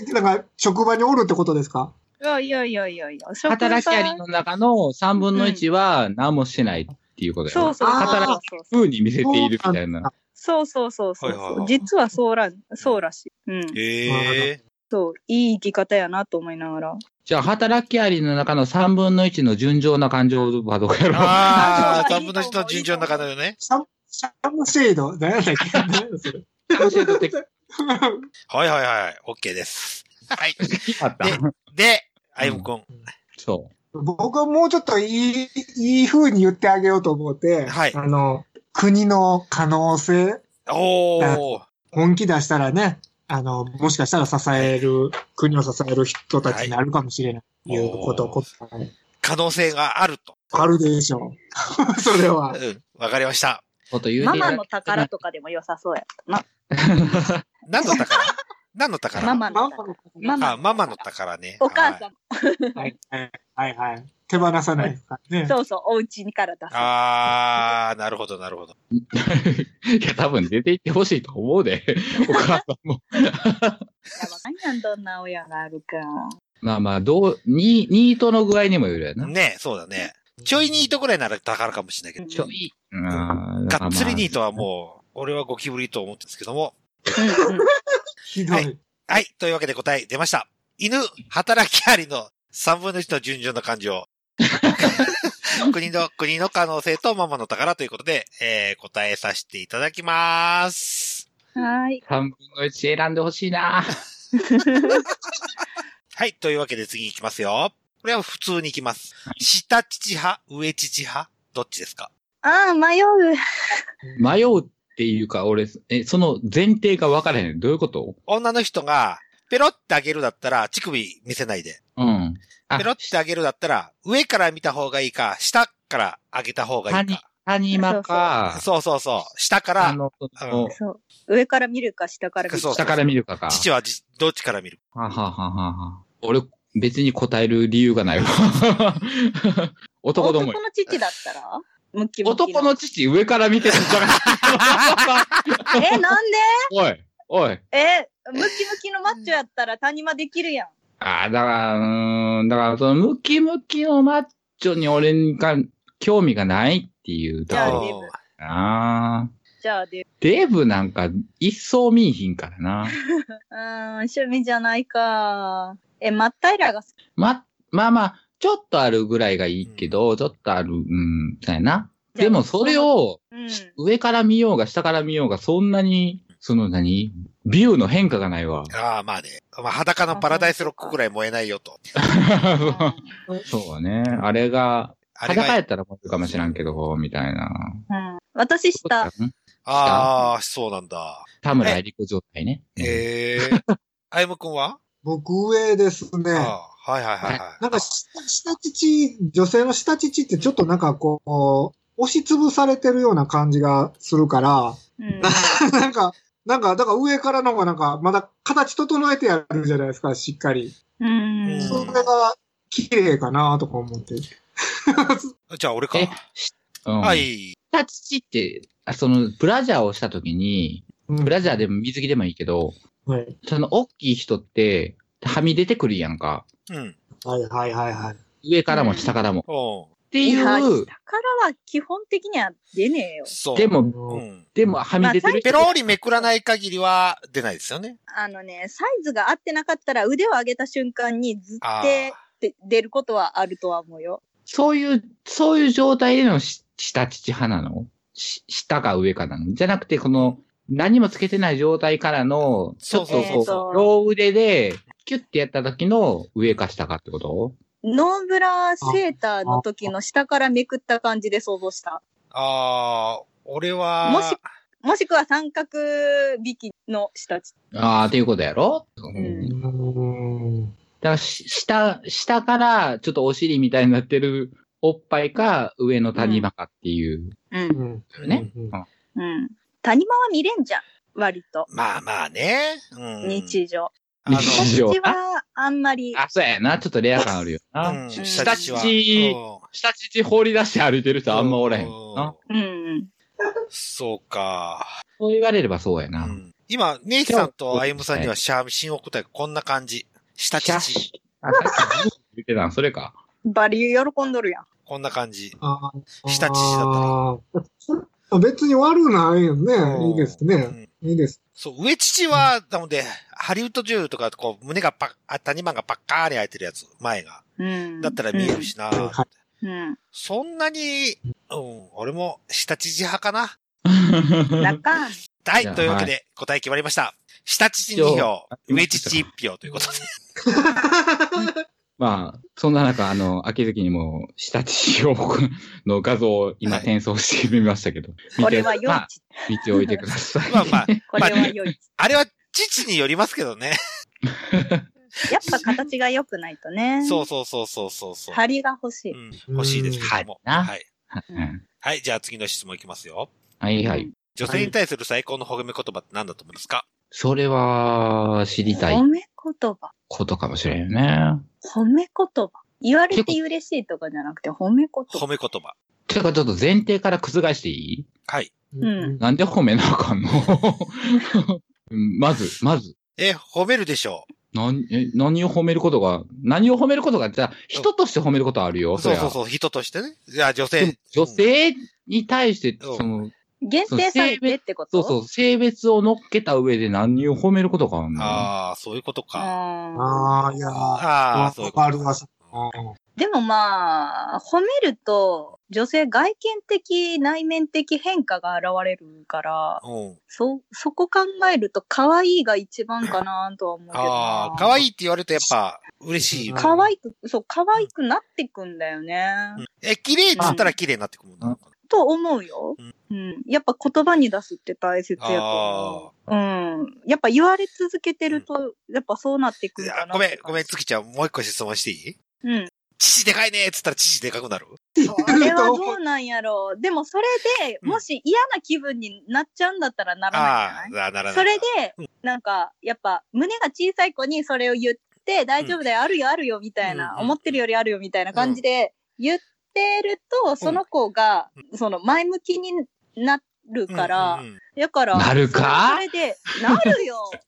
Speaker 4: げなんか、職場におるってことですか
Speaker 2: いやいやいやいやいや。
Speaker 3: 働きあり
Speaker 2: の。
Speaker 3: の中の3分の1は何もしてないっていうことだよ
Speaker 2: そう
Speaker 3: ね。
Speaker 2: そうそう
Speaker 4: 働
Speaker 2: そうそう。
Speaker 3: 風に見せているみたいな。
Speaker 2: そうそうそうそう
Speaker 1: はいはい
Speaker 2: そ
Speaker 1: は
Speaker 2: う。
Speaker 1: い
Speaker 2: 実はそうら、そうらしい。うん。
Speaker 1: へえ。
Speaker 2: そう。いい生き方やなと思いながら。
Speaker 3: じゃあ、働きありの中の3分の1の純情な感情はどうやろう
Speaker 1: あー、
Speaker 2: あー
Speaker 1: 3分の1の順調の中だよね。
Speaker 4: シャンシャムシェード何やったっけ何やそれ
Speaker 3: 教えてって
Speaker 1: はいはいはい。OK です。はい。
Speaker 3: あった。
Speaker 1: で、あゆむくん。
Speaker 3: そ
Speaker 4: 僕はもうちょっといい、いい風に言ってあげようと思って、
Speaker 1: はい
Speaker 4: あの、国の可能性、
Speaker 1: おー。
Speaker 4: 本気出したらね、あの、もしかしたら支える、国を支える人たちになるかもしれない、
Speaker 1: はい
Speaker 4: いうこと
Speaker 1: お
Speaker 4: こ
Speaker 1: 可能性があると。
Speaker 4: あるでしょう。 それ
Speaker 1: うん。
Speaker 4: は。
Speaker 1: わかりました。
Speaker 3: う。こと言う
Speaker 2: マ
Speaker 3: てや
Speaker 2: マの宝とかでも良さそうやったな。
Speaker 1: 何の 宝何の宝
Speaker 2: ママの
Speaker 4: マ
Speaker 2: 宝。マ
Speaker 4: マ
Speaker 2: マ
Speaker 1: あ、ママの宝ね。
Speaker 2: お母さ
Speaker 1: はい
Speaker 2: ん。
Speaker 4: はいはいはいはい。手放さないからね。
Speaker 2: そうそう、お家にから出す。
Speaker 1: あー、なるほど、なるほど。
Speaker 3: いや、多分出て行ってほしいと思う で。お母さんも。
Speaker 2: やばいやん、どんな親があるか。
Speaker 3: まあまあ、どう、ニニートの具合にもよるよな。
Speaker 1: ねそうだね。ちょいニートぐらいなら宝かもしれないけど、
Speaker 3: ちょい。うん
Speaker 1: がっつりニートはもう、俺はゴキブリと思ってるんですけども。
Speaker 2: うんうん
Speaker 4: ひど。
Speaker 1: はいはい。というわけで答え出ました。犬、働きありの3分の1の順序の感 情。国の、国の可能性とママの宝ということで、えー、答えさせていただきます。
Speaker 2: はーい。
Speaker 3: 3分の1選んでほしいな。
Speaker 1: はい。というわけで次行きますよ。これは普通に行きます。下父派、上父派、どっちですか
Speaker 2: ああ、迷う。
Speaker 3: 迷うっていうか、俺、え、その前提が分からへん。どういうこと
Speaker 1: 女の人が、ペロってあげるだったら、乳首見せないで。
Speaker 3: うん。あ
Speaker 1: ペロってあげるだったら、上から見た方がいいか、下からあげた方がいい
Speaker 3: 谷
Speaker 1: か。、
Speaker 3: 谷間か、
Speaker 1: そうそうそう。下か
Speaker 3: あ
Speaker 1: ら、
Speaker 3: の、
Speaker 1: あ
Speaker 3: そ
Speaker 1: の
Speaker 3: の
Speaker 2: そう。上から見るか、下から見る
Speaker 1: そう
Speaker 2: か。
Speaker 3: 下から見るかか。
Speaker 1: 父はじどっちから見る
Speaker 3: ははははは。俺、別に答える理由が ないわ。男ども
Speaker 2: 男。の父だったらムキムキ
Speaker 3: 男の父、上から見てるじゃない
Speaker 2: え、なんで
Speaker 3: おい、おい。
Speaker 2: え、ムキムキのマッチョやったら谷間できるやん。
Speaker 3: ああ、だから、うーん、だから、その、ムキムキのマッチョに俺にか、興味がないっていう
Speaker 2: じ
Speaker 3: とこ
Speaker 2: ゃあ
Speaker 3: ろ
Speaker 2: デ
Speaker 1: お
Speaker 2: ブ
Speaker 1: ー。
Speaker 3: だな。
Speaker 2: じゃあで、
Speaker 3: デブなんか、一層見いひんからな。
Speaker 2: うーん、趣味じゃないか。え、真っ平が好き。
Speaker 3: ま、まあまあ、ちょっとあるぐらいがいいけど、ちょっとある、うん、そうやな。
Speaker 2: じゃあ
Speaker 3: でも、それ、を、
Speaker 2: うん。
Speaker 3: 上から見ようが下から見ようが、そんなにその何ビューの変化がないわ。
Speaker 1: ああ、まあね。まあ、裸のパラダイスロックくらい燃えないよと。
Speaker 3: そうだね。あれが、
Speaker 1: あれが、
Speaker 3: 裸やったらもうかもしらんけど、みたいな。
Speaker 2: 私した。
Speaker 1: ああ、そうなんだ。
Speaker 3: 田村エリコ状態ね。
Speaker 1: ええー。あゆむくんは
Speaker 4: 僕上ですね。
Speaker 1: ああ、はいはいはいはい。
Speaker 4: なんか、下下乳、女性の下乳ってちょっとなんかこう、押しつぶされてるような感じがするから、
Speaker 2: うん。
Speaker 4: なんか、なんか、だから上からの方がなんか、まだ形整えてやるじゃないですか、しっかり。
Speaker 2: うん。
Speaker 4: それが綺麗かなとか思って。
Speaker 1: じゃあ俺か。
Speaker 3: えうん。
Speaker 1: はい。
Speaker 3: 下乳って、あその、ブラジャーをしたときに、
Speaker 4: うん
Speaker 3: ブラジャーでも水着でもいいけど、
Speaker 4: はい。
Speaker 3: その大きい人って、はみ出てくるやんか。
Speaker 1: うん。
Speaker 4: はいはいはいはい。
Speaker 3: 上からも下からも。
Speaker 1: おう
Speaker 3: ってい
Speaker 2: やだから
Speaker 3: う、
Speaker 2: は基本的には出ねえよ。
Speaker 1: そう。
Speaker 3: で
Speaker 4: う
Speaker 3: も、
Speaker 1: うんん。
Speaker 3: でも、はみ出てる。
Speaker 1: ペロリめくらない限りは出ないですよね。
Speaker 2: あのね、サイズが合ってなかったら腕を上げた瞬間にずっ
Speaker 1: あ
Speaker 2: て
Speaker 1: ー
Speaker 2: で出ることはあるとは思うよ。
Speaker 3: そういう、そういう状態でのし下乳派なのし下か上かなのじゃなくて、この、何もつけてない状態からの、ちょ
Speaker 1: そう
Speaker 3: っと
Speaker 1: そう
Speaker 2: そ
Speaker 3: こ
Speaker 2: うそう
Speaker 3: う、両腕で、キュッてやった時の上か下かってこと
Speaker 2: ノーブラセーターの時の下からめくった感じで想像した。
Speaker 1: ああ、俺は、
Speaker 2: もしもしくは三角引きの下地。
Speaker 3: ああ、っていうことやろ
Speaker 2: ん
Speaker 3: だ
Speaker 4: うん
Speaker 3: からし、下、下から、ちょっとお尻みたいになってる、おっぱいか、上の谷間かっていう。
Speaker 2: うん。
Speaker 3: ね。
Speaker 2: うん。谷間は見れんじゃん。割と。
Speaker 1: まあまあね。うん。
Speaker 2: 日常。
Speaker 1: あの
Speaker 3: 日常
Speaker 2: こっちはあんまり。
Speaker 3: あ、そうやな。ちょっとレア感あるよな。
Speaker 1: うん、
Speaker 2: 下
Speaker 1: 下地は。
Speaker 3: 地下乳放り出して歩いてる
Speaker 1: う
Speaker 3: 人あんまおらへんな。
Speaker 1: う
Speaker 2: うん。
Speaker 1: そうか。
Speaker 3: そう言われればそうや
Speaker 1: う
Speaker 3: な。
Speaker 1: ん、今、ネイキさんとアイムさんにはシャー新大答えこんな感じ。下
Speaker 3: シャ
Speaker 1: 地。
Speaker 3: シあ、さっき言ってたん、それか。
Speaker 2: バリュー喜んどるやん。
Speaker 1: こんな感じ。
Speaker 4: あー
Speaker 1: 下乳だったら
Speaker 4: あー別に悪ないよ
Speaker 1: うん
Speaker 4: ね。いいです
Speaker 1: う
Speaker 4: ね。
Speaker 1: ん
Speaker 4: いいです。
Speaker 1: そう、上乳は、なので、ハリウッド女優とか、こう、胸がパッ、あ谷間がパッカーに開いてるやつ、前が。
Speaker 2: うん。
Speaker 1: だったら見える。しな。
Speaker 4: はい
Speaker 2: うん。
Speaker 1: そんなに、うん、俺も、下乳派かな。
Speaker 2: なんか、
Speaker 1: はい
Speaker 3: や
Speaker 1: い、というわけで、答え決まりました。下乳2票、上乳1票ということで。
Speaker 3: まあ、そんな中、あの、秋月にも、下地用の画像を
Speaker 1: は
Speaker 3: 今
Speaker 1: い
Speaker 3: 転送してみましたけど。見
Speaker 2: こ
Speaker 3: て
Speaker 2: れは良い
Speaker 3: まあ、見ておいてください。
Speaker 1: まあまあ、
Speaker 2: これは良い。
Speaker 1: あれは父によりますけどね。
Speaker 2: やっぱ形が良くないとね。
Speaker 1: そうそうそうそうそうそう。
Speaker 2: 張りが欲しい。
Speaker 1: うん、欲しいですけども。
Speaker 3: はいな
Speaker 1: はい。
Speaker 3: うん
Speaker 1: はい、じゃあ次の質問いきますよ。
Speaker 3: はいはい。
Speaker 1: 女性に対する最高の褒め言葉って何だと思いますか
Speaker 3: それは、知りた
Speaker 2: 褒
Speaker 3: い
Speaker 2: め言葉。
Speaker 3: ことかもしれんよね。
Speaker 2: 褒め言葉。言われて嬉しいとかじゃなくて褒め言
Speaker 1: 褒
Speaker 2: 葉。
Speaker 1: め言葉。
Speaker 3: てか、ちょっと前提から覆していい
Speaker 1: はい。
Speaker 2: うん
Speaker 3: なんで褒めなあかんの うんまず、まず、
Speaker 1: え、褒めるでしょ
Speaker 3: 何、え何を褒めることが、何を褒めることが、じゃあ、人として褒めることはあるよ。
Speaker 1: う。そうそう
Speaker 3: う。
Speaker 1: そう、人としてね。じゃあ女
Speaker 3: で
Speaker 1: 性
Speaker 3: も。女性に対して、その、
Speaker 2: 限定されてってこと
Speaker 3: そうそう、性別を乗っけた上で何を褒めることがある
Speaker 1: うん
Speaker 3: の
Speaker 1: ああ、そういうことか。
Speaker 2: あ
Speaker 4: ああ、いやー、
Speaker 1: ああ、そういう
Speaker 4: わ
Speaker 1: こと
Speaker 4: かるわ。うん
Speaker 2: ーでもまあ、褒めると、女性外見的、内面的変化が現れるから、
Speaker 1: うん。
Speaker 2: そ、そこ考えると、可愛いが一番かなとは思うけどな。
Speaker 1: ああ、可愛いって言われるとやっぱ嬉しい。
Speaker 4: か
Speaker 2: 可愛く、そう、可愛くなってくんだよね。
Speaker 1: うんえ、綺麗って言ったら綺麗になってくるもんなのかな。
Speaker 2: と思うよ。うん。やっぱ言葉に出すって大切やと思う。うん。やっぱ言われ続けてると、やっぱそうなってく
Speaker 1: い
Speaker 2: る
Speaker 1: や
Speaker 2: かな。
Speaker 1: ごめん、ごめん、つきちゃん、もう一個質問していい
Speaker 2: うん。
Speaker 1: 父でかいねって言ったら父でかくなる
Speaker 2: それはどうなんやろう。でもそれで、もし嫌な気分になっちゃうんだったらならな
Speaker 1: あ
Speaker 2: い
Speaker 1: あ、
Speaker 2: じ
Speaker 1: なら
Speaker 2: ゃな
Speaker 1: ないい。
Speaker 2: それで、なんか、やっぱ胸が小さい子にそれを言って、大丈夫だよ、あるよ、あるよ、みたいな、
Speaker 1: うん
Speaker 2: 思ってるよりあるよ、みたいな感じで言ってると、その子が、その前向きになる
Speaker 1: うん、
Speaker 2: から、
Speaker 1: うんうん
Speaker 2: だから。
Speaker 3: なる
Speaker 2: そ
Speaker 3: か
Speaker 2: れそれで、なるよ。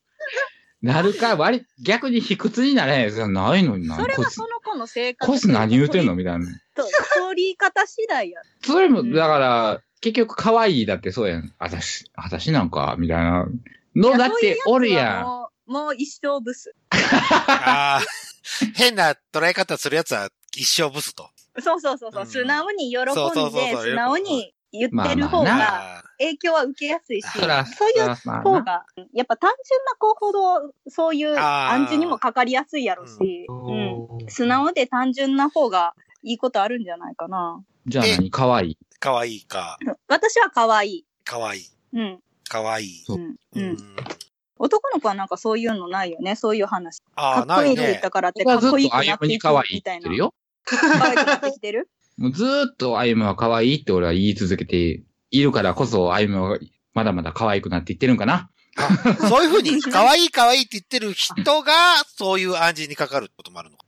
Speaker 3: なるか、割り、逆に卑屈になれへん。それないのにな。
Speaker 2: それ
Speaker 3: こい
Speaker 2: は
Speaker 3: つ
Speaker 2: そ、の子の性格。
Speaker 3: こいつ何言うてんのみたいな。
Speaker 2: と取り方次第や。
Speaker 3: それも、だから、結局、可愛いだってそうやん。私、私なんか、みたいな。の、だって、おるやん。
Speaker 2: もう、もう一生ブス。
Speaker 1: ああ、 変な捉え方するやつは一生ブスと。
Speaker 2: そうそうそうそ
Speaker 1: う
Speaker 2: う、
Speaker 1: ん
Speaker 2: 素直に喜んで、
Speaker 1: そうそうそうそう
Speaker 2: 素直に言ってる方
Speaker 3: まあ
Speaker 2: が
Speaker 1: あ
Speaker 2: 影響は受けやすいし、
Speaker 3: そら
Speaker 2: そういう
Speaker 3: そらま
Speaker 2: 方
Speaker 3: あな
Speaker 2: が、やっぱ単純な子ほどそういう
Speaker 1: あー
Speaker 2: 暗示にもかかりやすいやろし、うん素直で単純な方がいいことあるんじゃないかな。
Speaker 3: じゃあ何可愛い
Speaker 1: ーかわいいか。
Speaker 2: 私は可愛い。
Speaker 1: かわいい。
Speaker 2: うん。
Speaker 1: かわいい。
Speaker 2: うん。う。
Speaker 1: うんん
Speaker 2: 男の子はなんかそういうのないよね。そういう話。
Speaker 1: あ
Speaker 2: か
Speaker 1: あ、
Speaker 2: っ
Speaker 1: な
Speaker 2: こい
Speaker 1: い
Speaker 2: いって言っ
Speaker 1: ね。
Speaker 2: たからって
Speaker 3: 僕
Speaker 2: か
Speaker 3: は
Speaker 2: っ
Speaker 3: ずっ
Speaker 2: こいい
Speaker 3: と
Speaker 2: くな
Speaker 3: 歩
Speaker 2: って
Speaker 3: む
Speaker 2: い
Speaker 3: に
Speaker 2: く
Speaker 3: 可愛い
Speaker 2: み
Speaker 3: ったて
Speaker 2: い
Speaker 3: 言って
Speaker 2: な
Speaker 3: る。よ。
Speaker 2: 可愛くなってきてる
Speaker 3: もうずーっと歩むは可愛いって俺は言い続けているからこそ歩むはまだまだ可愛くなっていってるんかな。
Speaker 1: そういうふうに、かわいいかわいいって言ってる人が、そういう暗示にかかることもあるの か。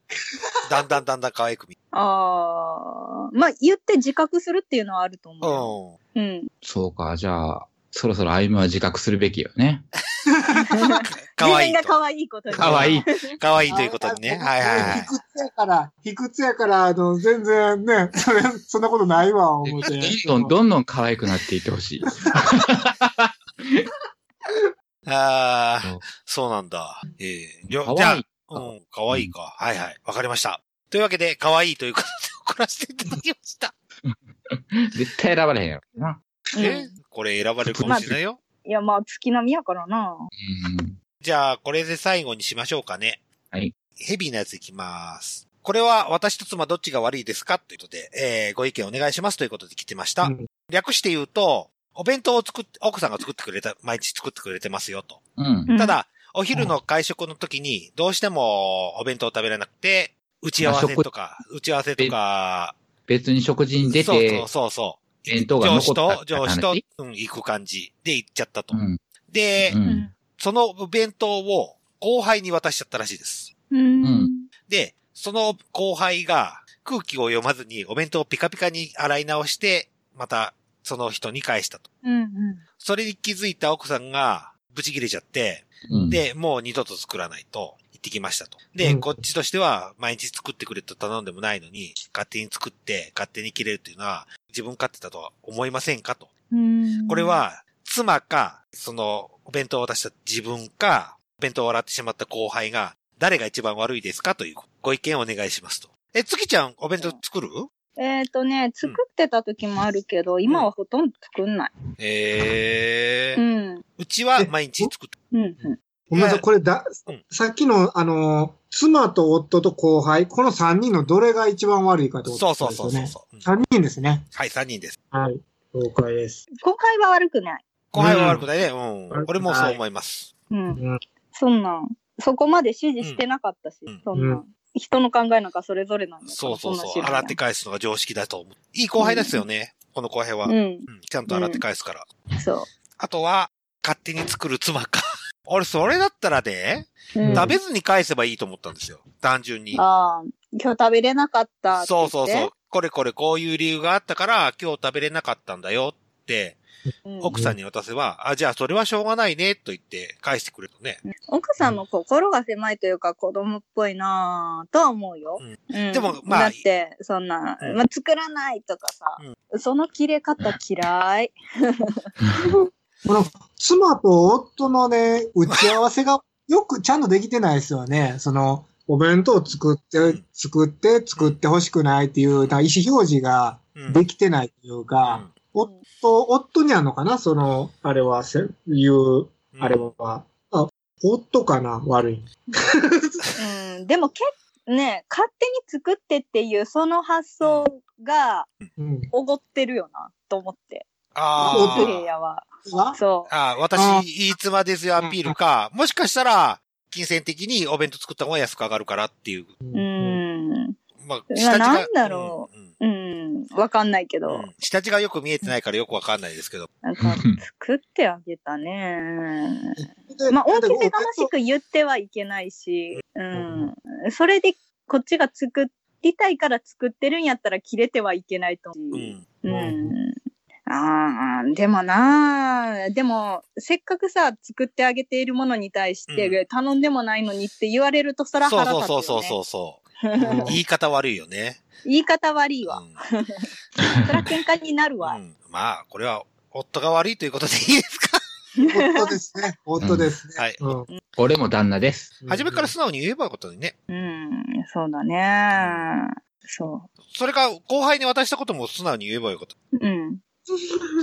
Speaker 1: だんだんだんだん可愛く見
Speaker 2: ああ。まあ言って自覚するっていうのはあると
Speaker 1: う
Speaker 2: 思
Speaker 1: ん。
Speaker 2: う。うん。
Speaker 3: そうか、じゃあ、そろそろ歩むは自覚するべきよね。
Speaker 1: かわいい
Speaker 2: 自分が
Speaker 1: と。
Speaker 2: 可愛いことに。
Speaker 3: 可愛い。
Speaker 1: かわいいということにね。はいはいはい
Speaker 4: 卑。屈やから、卑屈やから、あの、全然ね、それそんなことないわ、思って。
Speaker 3: どんどんどんどん可愛くなっていってほしい。
Speaker 1: あ
Speaker 3: そ
Speaker 1: あ
Speaker 3: う、
Speaker 1: そうなんだ。ええりょ
Speaker 3: 可
Speaker 1: じゃ
Speaker 3: 愛
Speaker 1: あ
Speaker 3: い。、
Speaker 1: うん、かわいいか。はいはい。わかりました。というわけで、かわいいということで怒らせていただきました。
Speaker 3: 絶対選ばれへんやろな。
Speaker 2: うん
Speaker 1: えこれ選ばれるかもしれないよ。
Speaker 2: いや、まあ、月並みやからな。
Speaker 3: うん。
Speaker 1: じゃあ、これで最後にしましょうかね。
Speaker 3: はい。
Speaker 1: ヘビーなやついきます。これは私と妻どっちが悪いですかということで、えーご意見お願いしますということで来てました。
Speaker 4: うん
Speaker 1: 略して言うと、お弁当を作って、奥さんが作ってくれた、毎日作ってくれてますよと。
Speaker 3: うん。
Speaker 1: た、だ、お昼の会食の時に、どうしてもお弁当を食べれなくて、打ち合わせとか、打ち合わせとか、
Speaker 3: 別に食事に出
Speaker 1: そう
Speaker 3: て
Speaker 1: そう、そうそう。
Speaker 3: 弁当が残った
Speaker 1: 上司と、上司と
Speaker 3: って、
Speaker 1: うん、行く感じで行っちゃったと。
Speaker 3: うん。
Speaker 1: で、
Speaker 3: う。
Speaker 2: うんん。
Speaker 1: そのお弁当を後輩に渡しちゃったらしいです。
Speaker 2: うん。
Speaker 1: で、その後輩が空気を読まずにお弁当をピカピカに洗い直して、またその人に返したと。
Speaker 2: うん。うん
Speaker 1: それに気づいた奥さんがブチ切れちゃって、
Speaker 3: うん、
Speaker 1: で、もう二度と作らないと言ってきましたと。で、
Speaker 4: うん
Speaker 1: こっちとしては、毎日作ってくれと頼んでもないのに、勝手に作って、勝手に切れるっていうのは、自分勝手だとは思いませんかと。
Speaker 2: うん
Speaker 1: これ、は、妻か、その、お弁当を渡した自分か、お弁当を洗ってしまった後輩が、誰が一番悪いですかというご意見をお願いしますと。え、月ちゃん、お弁当作る
Speaker 2: えっ、とね、作ってた時もあるけど、今はほとんど作んない。
Speaker 1: え
Speaker 2: う
Speaker 1: ー、
Speaker 2: ん。
Speaker 1: うちは毎日作って、
Speaker 2: うん。うん
Speaker 4: ごめんなさい、これだ
Speaker 1: うん、
Speaker 4: さっきの、あの、妻と夫と後輩、この3人のどれが一番悪いかってこ
Speaker 1: そう
Speaker 4: と
Speaker 1: そう
Speaker 4: です
Speaker 1: そ
Speaker 4: よ
Speaker 1: うそう
Speaker 4: ね。
Speaker 1: そう、うん
Speaker 4: 3人ですね。
Speaker 1: はい、三人です。
Speaker 4: はい。了解です。
Speaker 2: 後輩は悪くない。
Speaker 1: 後輩は悪くないね。うん。
Speaker 4: 悪くない
Speaker 1: 俺もそう思います。
Speaker 2: うん。
Speaker 4: うん
Speaker 2: そんなん。そこまで指示してなかったし、
Speaker 1: うん
Speaker 2: そんなん。
Speaker 4: う
Speaker 2: 人の考えなんかそれぞれなんだから
Speaker 1: そうそうそう。
Speaker 2: んなん知ら
Speaker 1: 洗
Speaker 2: ん
Speaker 1: って返すのが常識だと思う。いい後輩ですよね。この後輩は、うん。ちゃんと洗って返すから。
Speaker 2: うん。そ
Speaker 1: あとは、勝手に作る妻か。 俺、それだったらね、
Speaker 2: う。うん、
Speaker 1: 食べずに返せばいいと思ったんですよ。単純に。
Speaker 2: ああ、今日食べれなかったって
Speaker 1: そ
Speaker 2: 言
Speaker 1: う
Speaker 2: って。
Speaker 1: そうそう。これこれこういう理由があったから、今日食べれなかったんだよって、
Speaker 2: うん。
Speaker 1: 奥さんに渡せば、あ、じゃあそれはしょうがないね、と言って返してくれるとね。
Speaker 2: 奥さんの心が狭いというか子供っぽいなぁとは思うよ。うん
Speaker 1: でもまあ
Speaker 2: だって、そんな、
Speaker 1: うん
Speaker 2: まあ、作らないとかさ、その切れ方 嫌い。
Speaker 4: この、妻と夫のね、打ち合わせがよくちゃんとできてないですよね。 その、お弁当作って、作って、作って欲しくないっていう、なんか意思表示が
Speaker 1: うん。
Speaker 4: できてないという
Speaker 1: う
Speaker 4: か、
Speaker 1: ん
Speaker 4: 夫、夫にあるのかなその、あれは、せいう、あれ。は。あ、夫かな悪い。
Speaker 2: うん、でもけ、ね、勝手に作ってっていうその発想が
Speaker 4: うん。
Speaker 2: おごってるよな、と思って。
Speaker 1: あ
Speaker 2: プ
Speaker 1: ー
Speaker 2: レイヤーは。
Speaker 4: あ
Speaker 2: そ
Speaker 1: ああ、
Speaker 4: あ
Speaker 1: 私、いい妻ですよ、アピールか。もしかしたら、金銭的にお弁当作った方が安く上がるからっていう。
Speaker 2: う。う。ん。
Speaker 1: まあ、
Speaker 2: わ
Speaker 1: 下地が。
Speaker 2: なんだろ
Speaker 1: うん。うん
Speaker 2: うん。わかんないけど。
Speaker 1: うん下地がよく見えてないからよくわかんないですけど。
Speaker 2: なんか、作ってあげたね。
Speaker 4: で
Speaker 2: まあ、音気で楽し。
Speaker 4: で
Speaker 2: く言ってはいけないし、うん。それで、こっちが作りたいから作ってるんやったら切れてはいけないと思
Speaker 1: う
Speaker 2: う。
Speaker 1: ん。
Speaker 2: うんああ、でもなあ、でも、せっかくさ、作ってあげているものに対して、
Speaker 1: う
Speaker 2: 頼んでもないのにって言われると、そら
Speaker 1: そう
Speaker 2: 腹立
Speaker 1: そう
Speaker 2: つ
Speaker 1: そう
Speaker 2: よ、ね。
Speaker 1: そうそうそう。
Speaker 4: うん
Speaker 1: 言い方悪いよね。
Speaker 2: 言い方悪
Speaker 1: う
Speaker 2: い
Speaker 1: ん
Speaker 2: わ。そら喧嘩になるわ。
Speaker 1: うんまあ、これは、夫が悪いということでいいですか
Speaker 4: 夫ですね。夫ですね。
Speaker 1: はい
Speaker 4: うん。
Speaker 3: 俺も旦那です。
Speaker 1: 初めから素直に言えばよかったのにね。
Speaker 2: うん、そうだね。そ
Speaker 1: それか、後輩に渡したことも素直に言えばよかった。
Speaker 2: う。うん。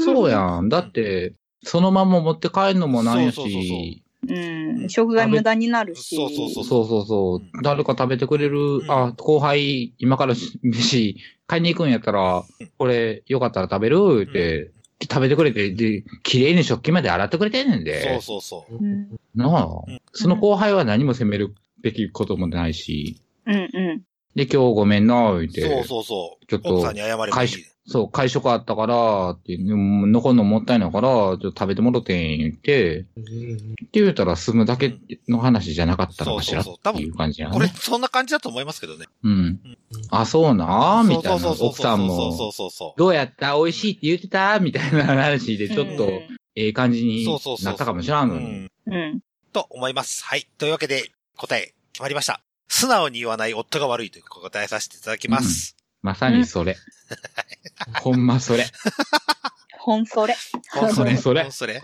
Speaker 3: そうやん。だって、そのまま持って帰るのもなんや
Speaker 1: そうそうそうそう
Speaker 3: し、
Speaker 2: うん。食材無駄になるし。
Speaker 1: そうそうそう
Speaker 3: そうそうそうう、誰か食べてくれる、
Speaker 1: ん
Speaker 3: あ、後輩、今から飯、買いに行くんやったら、これ、よかったら食べるって、食べてくれて、で、綺麗に食器まで洗ってくれてんねん
Speaker 1: そ
Speaker 3: で
Speaker 1: う。そうそう。
Speaker 2: うん。
Speaker 3: なあ
Speaker 1: うん。
Speaker 3: その後輩は何も責めるべきこともないし、
Speaker 2: うんうん。
Speaker 3: で、今日ごめんな、言って。
Speaker 1: そうそうそう。
Speaker 3: ちょっと
Speaker 1: 奥さんに謝ればい
Speaker 3: 会
Speaker 1: い。
Speaker 3: 食、そう、会食あったから、って、うん残るのもったいないから、ちょっと食べてもろてん、言って、って言ったら済むだけの話じゃなかったのかしら、っ
Speaker 1: そうそうそう多
Speaker 3: て
Speaker 1: 分
Speaker 3: いう感じやね。
Speaker 1: これ、そんな感じだと思いますけどね。
Speaker 3: うん。あ、そうなみたいな。
Speaker 1: そうそう
Speaker 3: 奥さ
Speaker 1: そう
Speaker 3: ん
Speaker 1: そ
Speaker 3: も
Speaker 1: う、そうそう
Speaker 3: どうやった美味しいって言ってたみたいな話で、ちょっ
Speaker 2: う
Speaker 3: と、ええ感じに
Speaker 1: そうそうそうそう
Speaker 3: なったかもしらん
Speaker 1: う
Speaker 3: のに。
Speaker 1: ん。
Speaker 2: ん。うん。
Speaker 1: と思います。はい。というわけで、答え、決まりました。素直に言わない夫が悪いという答えさせていただきます。
Speaker 3: まさにそれ。 ほんまそれ。
Speaker 2: ほんそれ。
Speaker 1: 本それ。
Speaker 3: それ
Speaker 1: 本それ。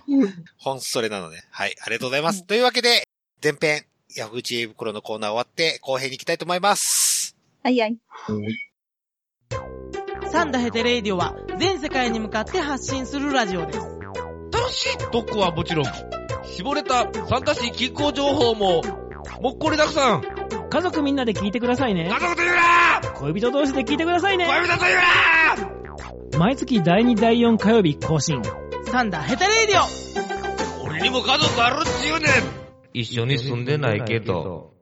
Speaker 1: 本それなのね。はい。ありがとうございます。というわけで、前編、ヤフー知恵袋のコーナー終わって、後編に行きたいと思います。
Speaker 2: はいはい。
Speaker 8: サンダヘテレイディオは全世界に向かって発信するラジオです。
Speaker 9: 楽しい特攻はもちろん、絞れた参加し気候情報も、もっこりたくさん。
Speaker 8: 家族みんなで聞いてくださいね
Speaker 9: 家。族と言うな
Speaker 8: 恋人同士で聞いてくださいね。
Speaker 9: 恋人と言うな
Speaker 8: 毎月第2第4火曜日更新。サンダヘテレイディオ
Speaker 9: 俺にも家族あるっちゅうねん一緒に住んでないけど。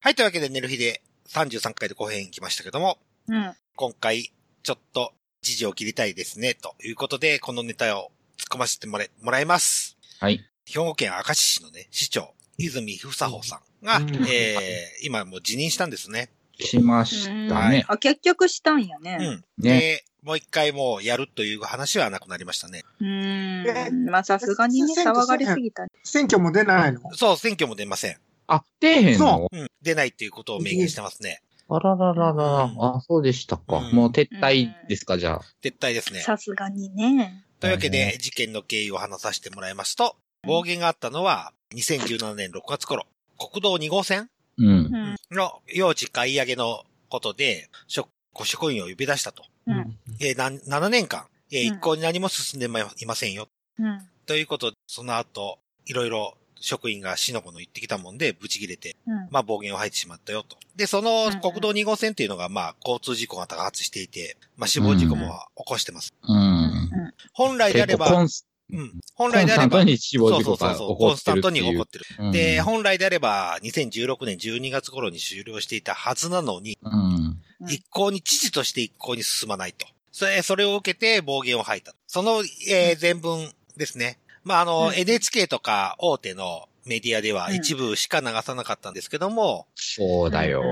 Speaker 1: はい。というわけで、寝る日で33回で後編行きましたけども、
Speaker 2: うん。
Speaker 1: 今回、ちょっと、時事を切りたいですね、ということで、このネタを突っ込ませてもらえもらいます。
Speaker 3: はい。
Speaker 1: 兵庫県明石市のね、市長、泉房穂さんが、
Speaker 9: うん
Speaker 1: えー、今もう辞任したんですね。
Speaker 3: しましたね。
Speaker 2: あ、結局したんや
Speaker 1: う
Speaker 2: ね。
Speaker 1: ん。
Speaker 3: ね
Speaker 1: で、もう一回もうやるという話はなくなりましたね。
Speaker 2: うーん。まあ、さすがにね、
Speaker 4: え
Speaker 2: 騒がれすぎたね。
Speaker 4: 選挙も出ないの
Speaker 1: そう、選挙も出ません。
Speaker 3: あ、出えへんの
Speaker 1: うん。出ないっていうことを明言してますね。
Speaker 3: あららららら。あ、そうでしたか。
Speaker 1: うん
Speaker 3: もう撤退ですか、じゃあ。
Speaker 1: 撤退ですね。
Speaker 2: さすがにね。
Speaker 1: というわけ
Speaker 3: はい
Speaker 1: で、事件の経緯を話させてもらいますと、暴言があったのは、2017年6月頃、国道2号線
Speaker 3: うん。
Speaker 2: うん。
Speaker 1: の用地買い上げのことで、職職員を呼び出したと。
Speaker 2: うん
Speaker 1: えー、な7年間、えー
Speaker 2: うん
Speaker 1: 一向に何も進んでまいいませんよ。
Speaker 2: うん。
Speaker 1: ということで、その後、いろいろ職員がしのこの言ってきたもんで、ブチ切れて、
Speaker 2: うん。
Speaker 1: まあ暴言を吐いてしまったよと。で、そ
Speaker 2: うん
Speaker 1: の
Speaker 2: うん
Speaker 1: 国道2号線っていうのが、まあ交通事故が多発していて、まあ死亡事故も起こしてます。
Speaker 3: うん。
Speaker 1: 本来であれ
Speaker 3: 結構コ
Speaker 1: ば、
Speaker 3: ンス
Speaker 1: うん。本
Speaker 3: コ
Speaker 1: 来
Speaker 3: ン
Speaker 1: で
Speaker 3: ス
Speaker 1: あ
Speaker 3: タ
Speaker 1: れ
Speaker 3: ント
Speaker 1: ば、
Speaker 3: に死亡事
Speaker 1: そう
Speaker 3: 故
Speaker 1: そう
Speaker 3: が
Speaker 1: そ
Speaker 3: 起
Speaker 1: うそう、コ
Speaker 3: こ
Speaker 1: ン
Speaker 3: っ
Speaker 1: ス
Speaker 3: て
Speaker 1: タ
Speaker 3: る
Speaker 1: ン
Speaker 3: って
Speaker 1: トに起
Speaker 3: い
Speaker 1: こ
Speaker 3: う
Speaker 1: っ。てる。
Speaker 3: うん
Speaker 1: で、、本来であれば、2016年12月頃に終了していたはずなのに、
Speaker 3: うん。
Speaker 2: うん
Speaker 1: 一向に知事として一向に進まないと。それ、それを受けて暴言を吐いた。その、えー全文ですね。まあ、あの、
Speaker 2: うん
Speaker 1: NHK とか大手のメディアでは
Speaker 2: うん
Speaker 1: 一部しか流さなかったんですけども、
Speaker 3: そうだよ。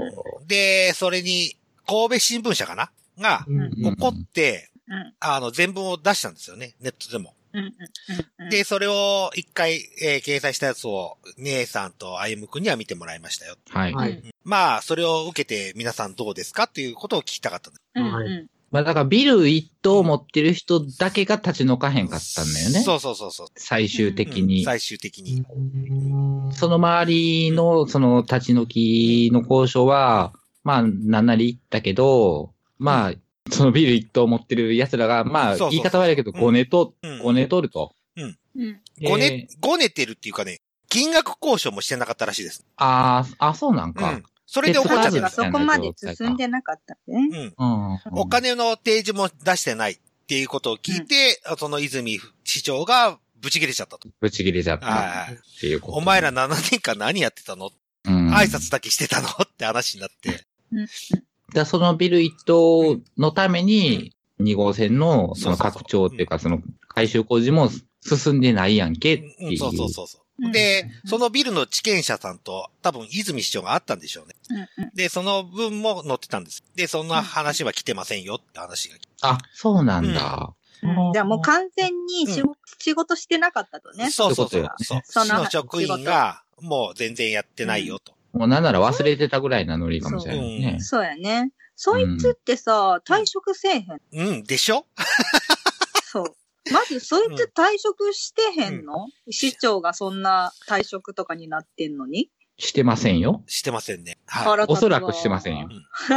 Speaker 1: で、それに、神戸新聞社かなが、
Speaker 4: うん
Speaker 3: うん
Speaker 1: 怒って、
Speaker 2: うん
Speaker 1: あの、全文を出したんですよね、ネットでも。
Speaker 2: うんうんうん。
Speaker 1: で、それを一回、えー掲載したやつを、姉さんと歩夢くんには見てもらいましたよ。
Speaker 3: はい。
Speaker 4: はい。
Speaker 1: まあ、それを受けて皆さんどうですかっていうことを聞きたかったんです
Speaker 2: うんうん
Speaker 4: はい
Speaker 2: うん
Speaker 3: まあだからビル一棟持ってる人だけが立ち退かへんかったんだよね。
Speaker 1: そうそうそうそう。
Speaker 3: 最終的
Speaker 1: うん
Speaker 3: に。
Speaker 1: 最終的に。
Speaker 3: その周りの、その立ち退きの交渉は、まあ、なんなりいったけど、まあ、そのビル一棟持ってる奴らが、まあ、
Speaker 1: そうそうそう
Speaker 3: 言い方悪いけど、
Speaker 1: うん
Speaker 3: ごねと、
Speaker 1: うん
Speaker 3: ごねとると。
Speaker 2: うん。
Speaker 1: ごね、
Speaker 3: えー
Speaker 1: ごねてるっていうかね、金額交渉もしてなかったらしいです。
Speaker 3: あーあ、そうなん
Speaker 1: う
Speaker 3: か
Speaker 1: ん。。それで怒っちゃったん
Speaker 2: 数
Speaker 1: で
Speaker 2: が
Speaker 1: す
Speaker 2: そ
Speaker 1: よ。
Speaker 2: こまで進んでなかったんでね。
Speaker 1: うん。
Speaker 3: うん。
Speaker 1: お金の提示も出してないっていうことを聞いて、その泉市長がブチ切れちゃったと。
Speaker 3: ぶち切れちゃったっ
Speaker 1: はい。
Speaker 3: ていうこと。
Speaker 1: お前ら7年間何やってたの
Speaker 3: うん、
Speaker 1: 挨拶だけしてたのって話になって。
Speaker 3: だそのビル一棟のために、2号線
Speaker 1: そうそ
Speaker 3: の、そ
Speaker 1: うそう
Speaker 3: の拡張っていうか、その改修工事も進んでないやんけって
Speaker 1: う
Speaker 3: い
Speaker 1: ん、
Speaker 3: う。
Speaker 1: そうそうそうそう。
Speaker 2: うん
Speaker 1: で、そのビルの地権者さんと、多分泉市長があったんでしょうね。
Speaker 2: うんうん
Speaker 1: で、その分も載ってたんです。で、そんな話は来てませんよって話が来て。
Speaker 3: あ、そうなんだ。
Speaker 2: じゃあもう完全に仕事仕事してなかったとね。
Speaker 1: そうそうそ
Speaker 3: そういう
Speaker 1: う
Speaker 3: こ。
Speaker 1: そう
Speaker 2: そ
Speaker 1: そ
Speaker 2: の
Speaker 1: の職員が、もう全然やってないよと。
Speaker 3: もうなんなら忘れてたぐらいなノリかもしれないね。
Speaker 2: そうやね。そいつってさ、退職せえへん。
Speaker 1: うん、でしょ
Speaker 2: そう。まずそいつ退職してへんの、市長がそんな退職とかになってんのに。
Speaker 3: してませんよ。
Speaker 1: してませんね。はい。
Speaker 2: 腹立
Speaker 3: お
Speaker 2: つ
Speaker 3: そらくしてませんよ。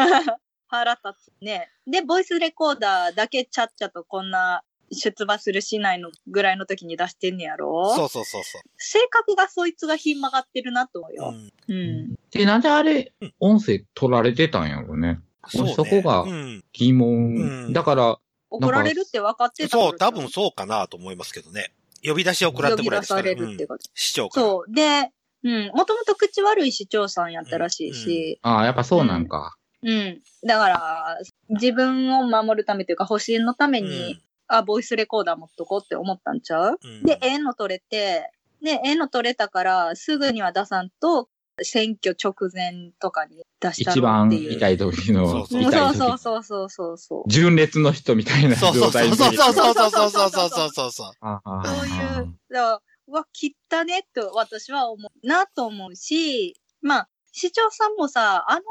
Speaker 2: 腹立つね。で、ボイスレコーダーだけちゃっちゃとこんな出馬する市内のぐらいの時に出してんねやろ
Speaker 1: そうそうそうそ
Speaker 2: 性格がそいつがひん曲がってるなと思う
Speaker 1: う。う
Speaker 2: よ。
Speaker 1: ん、
Speaker 2: うん。
Speaker 3: で、なんであれ、音声取られてたんやろね。
Speaker 1: そうね
Speaker 3: そこが
Speaker 1: うん。
Speaker 3: 疑
Speaker 1: うん
Speaker 3: 問。だから、
Speaker 2: 怒られるって分かってたか
Speaker 1: そ
Speaker 2: ら
Speaker 1: う、多分そうかなと思いますけどね。呼び出しを食らっ
Speaker 2: 呼
Speaker 1: て
Speaker 2: び
Speaker 1: くらいで
Speaker 2: 出
Speaker 1: すか
Speaker 2: さ
Speaker 1: ら、
Speaker 2: れ
Speaker 1: う
Speaker 2: るって
Speaker 1: ん、
Speaker 2: こと。
Speaker 1: 市長から。
Speaker 2: そう。で、うん。もともと口悪い市長さんやったらしいし、
Speaker 3: ああ、やっぱそうなんか。
Speaker 2: うん。だから、自分を守るためというか、保身のため
Speaker 1: うん。
Speaker 2: に、あ、ボイスレコーダー持っとこうって思ったんちゃう
Speaker 1: うん
Speaker 2: で、ええの取れて、で、ええの取れたから、すぐには出さんと、選挙直前とかに出したろ
Speaker 3: 一
Speaker 2: うっ
Speaker 3: 番
Speaker 2: ていう。
Speaker 3: 痛い時
Speaker 1: そ
Speaker 3: の
Speaker 1: う、そう
Speaker 3: 痛
Speaker 2: そう
Speaker 3: い時
Speaker 2: そう
Speaker 3: の。
Speaker 2: そうそうそうそう。
Speaker 3: 純烈の人みたいな
Speaker 1: そうそ
Speaker 3: 状
Speaker 1: うそ
Speaker 3: 態
Speaker 1: う
Speaker 3: に。
Speaker 1: そうそうそうそうそうそう
Speaker 2: そう
Speaker 1: そうそうそう。
Speaker 3: ああああ
Speaker 2: そういう、だからうわ、切ったねと私は思うなと思うし、まあ、市長さんもさ、あの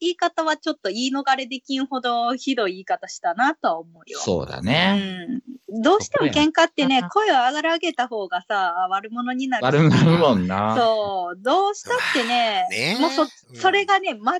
Speaker 2: 言い方はちょっと言い逃れできんほどひどい言い方したなとは思うよ。
Speaker 3: そうだ
Speaker 2: う
Speaker 3: ね。
Speaker 2: ん。どうしても喧嘩ってね
Speaker 3: そ、
Speaker 2: 声を上げた方がさ、悪者になる。
Speaker 3: 悪なるもんな。
Speaker 2: そう、どうしたってね、
Speaker 1: ねえ
Speaker 2: もうそ、
Speaker 1: うん
Speaker 2: それがね、負けな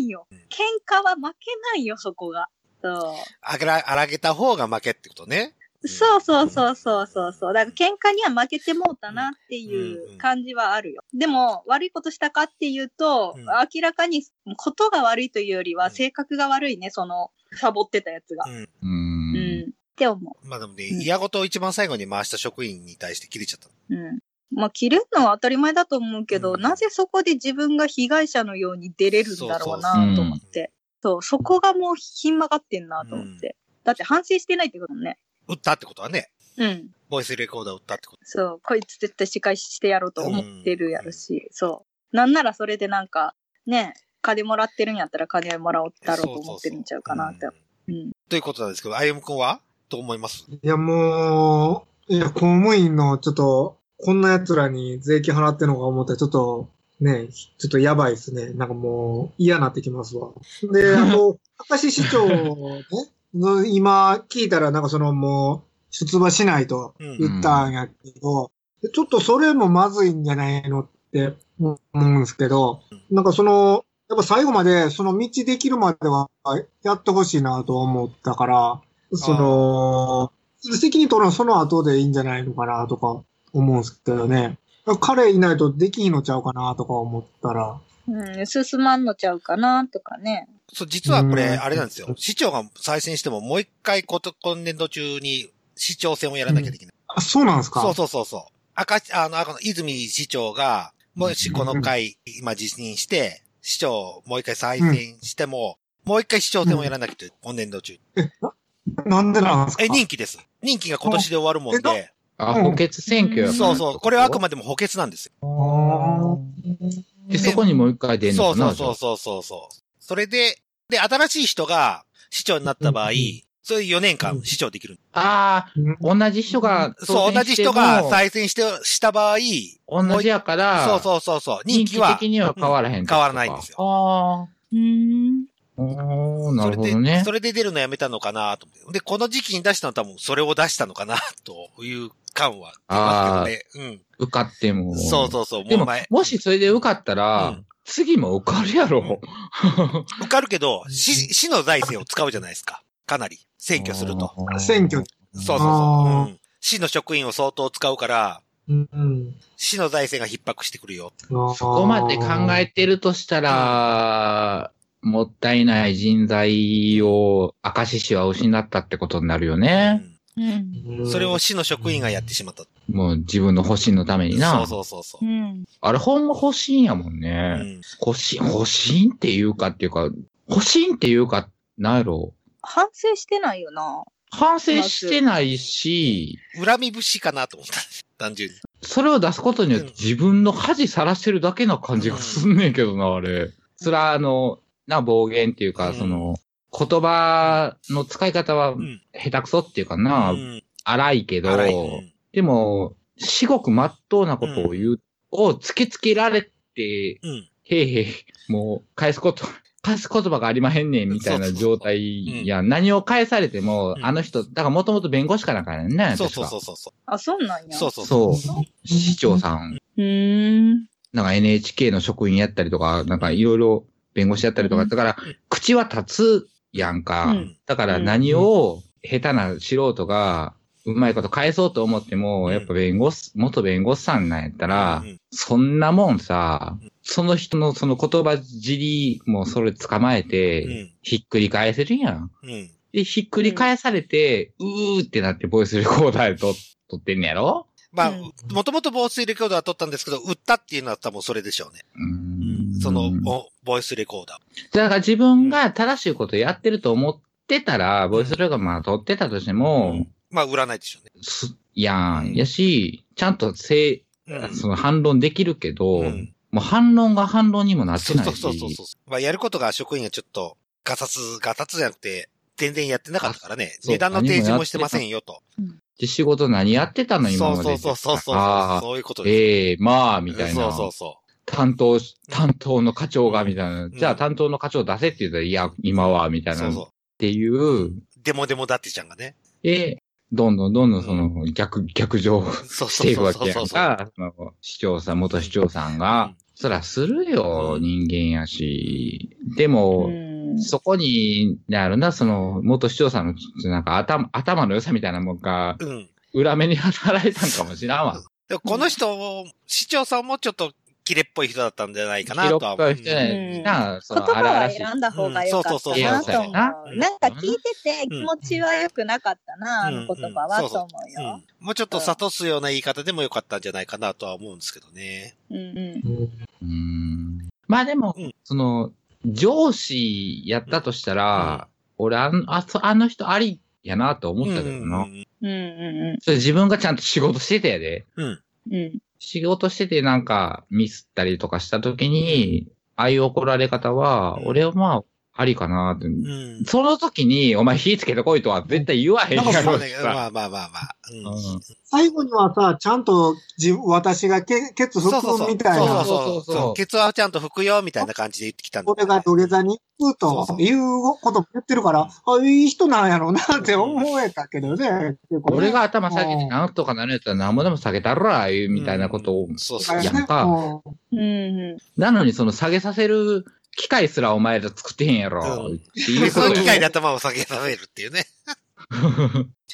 Speaker 2: いよ。喧嘩は負けないよ、そこが。そう。
Speaker 1: あげら、あらげた方が負けってことね。
Speaker 2: そうそうそうそうそうそう。だから喧嘩には負けてもうたなっていう感じはあるよ。でも、悪いことしたかっていうと、
Speaker 1: うん
Speaker 2: 明らかにことが悪いというより
Speaker 1: う
Speaker 2: は、
Speaker 1: ん
Speaker 2: 性格が悪いね、その、サボってたやつが。
Speaker 1: うん。
Speaker 3: う
Speaker 2: うん。
Speaker 3: ん。
Speaker 2: って思
Speaker 1: まあでもね、
Speaker 2: うん
Speaker 1: 嫌事を一番最後に回した職員に対して切れちゃった。
Speaker 2: う。うん。まあ、切るのは当たり前だと思うけ
Speaker 1: う
Speaker 2: ど、
Speaker 1: ん
Speaker 2: なぜそこで自分が被害者のように出れるんだろうなと思って。そう、そこがもうひん曲がってんなと思って。だって反省してないってこともね。
Speaker 1: 撃ったってことはね、
Speaker 2: うん。
Speaker 1: ボイスレコーダー撃ったってこと。
Speaker 2: そう、こいつ絶対仕返ししてやろうと思ってるやろし、そう。なんならそれでなんか、ね、金もらってるんやったら金もらおったろうと思ってるんちゃうかなって
Speaker 1: そ。うそうそう
Speaker 2: うん
Speaker 1: ということなんですけど、歩夢くんはと思います。
Speaker 4: いや、もう、いや、公務員のちょっと、こんな奴らに税金払ってるのか思ったら、ちょっと、ね、ちょっとやばいですね。なんかもう、嫌になってきますわ。で、あと、明石市長、ね、の今聞いたら、なんかそのもう、出馬しないと言ったんやけど、でちょっとそれもまずいんじゃないのって思うんですけど、なんかその、やっぱ最後まで、その道できるまではやってほしいなと思ったから、その、責任取るのはその後でいいんじゃないのかなとか思うんですけどね。彼いないとできひんのちゃうかなとか思ったら。
Speaker 2: うん、進まんのちゃうかなとかね。
Speaker 1: そう、実はこれ、
Speaker 4: うん
Speaker 1: あれなんですよ。市長が再選しても、もう一回こと、今年度中に市長選をやらなきゃいけない。
Speaker 4: あ、そうなんですか
Speaker 1: そうそうそうそう。赤、あの、赤の泉市長が、もしこの回、今辞任して、市長をもう一回再選しても、もう一回市長選をやらなきゃいけない。今年度中。
Speaker 4: なんでなんですか
Speaker 1: え、任期です。任期が今年で終わるもんで、
Speaker 3: あ、補欠選挙やから
Speaker 1: そうそう。これはあくまでも補欠なんですよ。
Speaker 3: で、そこにもう一回出ん
Speaker 1: そう
Speaker 3: のか
Speaker 1: そ
Speaker 3: な
Speaker 1: うそうそうそうそう。それで、で、新しい人が市長になった場合、それ4年間市長できる。
Speaker 3: あ
Speaker 4: うん
Speaker 3: あ、同じ人が、
Speaker 1: そう、同じ人が再選して、した場合、
Speaker 3: 同じやから、
Speaker 1: そうそうそうそう、任
Speaker 3: 人
Speaker 1: 期
Speaker 3: 気
Speaker 1: は
Speaker 3: 的には変わらへん。
Speaker 1: 変わらないんですよ。
Speaker 3: あ
Speaker 2: うん。
Speaker 3: あ、おーな
Speaker 1: それ
Speaker 3: るほ
Speaker 1: で、
Speaker 3: どね
Speaker 1: そ。れで出るのやめたのかなと思って。で、この時期に出したのは多分それを出したのかな、という感はありますけどね。
Speaker 3: 受かっても。
Speaker 1: うん。そうそうそう、
Speaker 3: で
Speaker 1: もう
Speaker 3: も
Speaker 1: 前、。
Speaker 3: もしそれで受かった
Speaker 1: う
Speaker 3: ら
Speaker 1: ん、
Speaker 3: 次も受かるやろ。
Speaker 1: 受かるけど、市、市の財政を使うじゃないですか。かなり。選挙すると。
Speaker 3: あー
Speaker 4: 選挙。
Speaker 1: そうそうそう
Speaker 4: あ
Speaker 1: う
Speaker 4: ー。
Speaker 1: ん市の職員を相当使うから、
Speaker 4: うんうん。
Speaker 1: 市の財政が逼迫してくるよ。
Speaker 4: そ
Speaker 3: そこまで考えてるとしたら、もったいない人材を明石市は失ったってことになるよね。
Speaker 2: うん。
Speaker 1: うんそれを市の職員がやってしまった。
Speaker 3: もう自分の保身のためにな。
Speaker 1: そうそうそうそう。
Speaker 2: うん。
Speaker 3: あれほんま保身やもん
Speaker 1: う
Speaker 3: ね。
Speaker 1: ん
Speaker 3: 保身、保身っていうかっていうか、保身っていうか、なんやろ。
Speaker 2: 反省してないよな。
Speaker 3: 反省してないし、
Speaker 1: 恨み節かなと思った。単純に。
Speaker 3: それを出すことによって自分の恥さらしてるだけな感じがすんねんけどな、あれ。それはあの、な、暴言っていう
Speaker 1: う
Speaker 3: か、
Speaker 1: ん
Speaker 3: その、言葉の使い方は
Speaker 1: うん。
Speaker 3: 下手くそっていうか
Speaker 1: う
Speaker 3: な、
Speaker 1: ん。
Speaker 3: 荒いけど、
Speaker 1: 荒いうん
Speaker 3: でも、至極真っ当なことを言う、を突きつけられて、
Speaker 1: うん。
Speaker 3: へいへい、もう返すこと、返す言葉がありまへんねんみたいな
Speaker 1: そうそうそう
Speaker 3: 状態や、何を返されても
Speaker 1: う、ん
Speaker 3: あの人、だからもともと弁護士かなんかやねんね。
Speaker 1: そうそうそううそう。
Speaker 2: あ、そうなんや。
Speaker 1: そう
Speaker 2: う。
Speaker 1: そうそう。
Speaker 3: そう。市長さん。
Speaker 2: うん。
Speaker 3: なんか NHK の職員やったりとか、なんかいろいろ弁護士やったりとか、だから、口は立つやんか。
Speaker 2: うん
Speaker 3: だから何を下手な素人が、うまいこと返そうと思って
Speaker 1: う
Speaker 3: も、
Speaker 1: ん
Speaker 3: やっぱ弁護士、元弁護士さんなんやったら
Speaker 1: うん、
Speaker 3: そんなもんさ、その人のその言葉尻もそれ捕まえ
Speaker 1: う
Speaker 3: て、
Speaker 1: ん。
Speaker 3: ひっくり返せるやん。
Speaker 1: うん。
Speaker 3: で、ひっくり返されて、うーってなってボイスレコーダーで撮撮ってんねやろ
Speaker 1: まあ
Speaker 2: うん、
Speaker 1: もともと防水レコーダーは撮ったんですけど、売ったっていうのは多分それでしょうね。
Speaker 3: うーん
Speaker 1: その、おボイスレコーダ
Speaker 3: だから自分が正しいことやってると思ってたら、ボイスレコーダーまあ撮ってたとして
Speaker 1: う
Speaker 3: も
Speaker 1: ん、ー。まあ、売らないでしょうね。
Speaker 3: す、や
Speaker 1: うん
Speaker 3: ん。やし、ちゃんと正、
Speaker 1: うん
Speaker 3: その反論できるけど、
Speaker 1: うん
Speaker 3: もう反論が反論にもなって
Speaker 1: そう
Speaker 3: ない
Speaker 1: そう
Speaker 3: し。
Speaker 1: そうそうそう。まあ、やることが職員がちょっと、ガサツ、ガサツじゃなくて、全然やってなかったからね。
Speaker 3: そう
Speaker 1: 値段の提示もしてませんよと。
Speaker 3: で仕事何やってたの今
Speaker 1: そ
Speaker 3: ま
Speaker 1: う
Speaker 3: で。
Speaker 1: そうそうそうそ
Speaker 3: あ
Speaker 1: う。
Speaker 3: あ
Speaker 1: そういうことです。
Speaker 3: ええまあ、みたいな。
Speaker 1: そうそうそ
Speaker 3: 担当し、担当の課長が、みたいな。
Speaker 1: ん
Speaker 3: じゃあ担当の課長出せって言ったら、いや、今は、みた
Speaker 1: う。
Speaker 3: い
Speaker 1: そ
Speaker 3: な。
Speaker 1: う
Speaker 3: っ
Speaker 1: そ
Speaker 3: ていう。
Speaker 1: う。でもでもだってちゃんがね。
Speaker 3: で、どんどんどんどんその逆、逆上
Speaker 1: そう
Speaker 3: し
Speaker 1: そ
Speaker 3: て
Speaker 1: う
Speaker 3: いく
Speaker 1: そう
Speaker 3: わけ
Speaker 1: そう
Speaker 3: や
Speaker 1: そ
Speaker 3: ん
Speaker 1: うそう。
Speaker 3: か、その市長さん、元市長さん
Speaker 1: うん
Speaker 3: が、そらするよ、人間やし。でも、そこに、なるな、その、元市長さんの、ちょっとなんか頭、頭の良さみたいなもんが、
Speaker 1: うん。
Speaker 3: 裏目に働いたんかもしらんわ。
Speaker 1: でもこの人、市長さんもちょっと、キレっぽい人だったんじゃないかな
Speaker 3: 色
Speaker 1: と
Speaker 3: っ
Speaker 1: は。
Speaker 3: ぽい人やね
Speaker 2: うん
Speaker 3: なあ、そ
Speaker 2: 言
Speaker 3: の、荒
Speaker 2: 葉
Speaker 3: 々
Speaker 2: は
Speaker 3: しい。
Speaker 2: 選んだ方が良かった
Speaker 3: うん
Speaker 2: な
Speaker 3: そうそうそう
Speaker 2: と思う。
Speaker 3: そう
Speaker 2: なんか聞いてて
Speaker 1: うん
Speaker 2: 気持ちは良くなかったな、あの言葉
Speaker 1: うんう
Speaker 2: は
Speaker 1: んそう
Speaker 2: と
Speaker 1: そ
Speaker 2: 思う
Speaker 1: う
Speaker 2: よ。
Speaker 1: んもうちょっと諭すような言い方でもよかったんじゃないかなとは思うんですけどね。
Speaker 2: うんうん
Speaker 3: うーんまあでも、
Speaker 1: うん
Speaker 3: その、上司やったとしたら、俺あんあそ、あの人ありやなと思ったけどな。
Speaker 1: うん
Speaker 2: うんう
Speaker 3: それ自分がちゃんと仕事してたやで。
Speaker 2: んうん
Speaker 3: 仕事しててなんかミスったりとかした時に、ああいう怒られ方は
Speaker 1: う、ん
Speaker 3: 俺はまあ、ありかなって。
Speaker 1: うん。
Speaker 3: その時に、お前火つけてこいとは絶対言わへん
Speaker 1: な
Speaker 3: や
Speaker 1: んか
Speaker 3: ろ
Speaker 1: そう
Speaker 3: う
Speaker 1: ね
Speaker 3: し
Speaker 1: ま
Speaker 3: さ。
Speaker 1: あまあまあまあ。うん
Speaker 3: うん
Speaker 4: 最後にはさ、ちゃんと自私がケケツ
Speaker 1: そうそう
Speaker 4: 吹
Speaker 1: そう。
Speaker 4: くみたいな。
Speaker 1: そうそうそう
Speaker 3: そうそう
Speaker 1: そ。
Speaker 3: そうう
Speaker 1: ケツはちゃんと拭くよ、みたいな感じで言ってきたんだ
Speaker 4: 俺が土下座に行くということも言ってるから、あ、いい人なんやろうなって思えたけどね。結構ね
Speaker 3: 俺が頭下げてなんとかなるやったら何もでも下げたら、いうみたいなことを。
Speaker 1: そうそう
Speaker 4: だ。
Speaker 3: や
Speaker 4: からね
Speaker 3: んか
Speaker 4: うん
Speaker 2: うん
Speaker 3: なのにその下げさせる機会すらお前ら作ってへんやろ。
Speaker 1: うん
Speaker 3: っていう
Speaker 1: そ
Speaker 3: こと
Speaker 1: の機会で頭を下げさせるっていうね。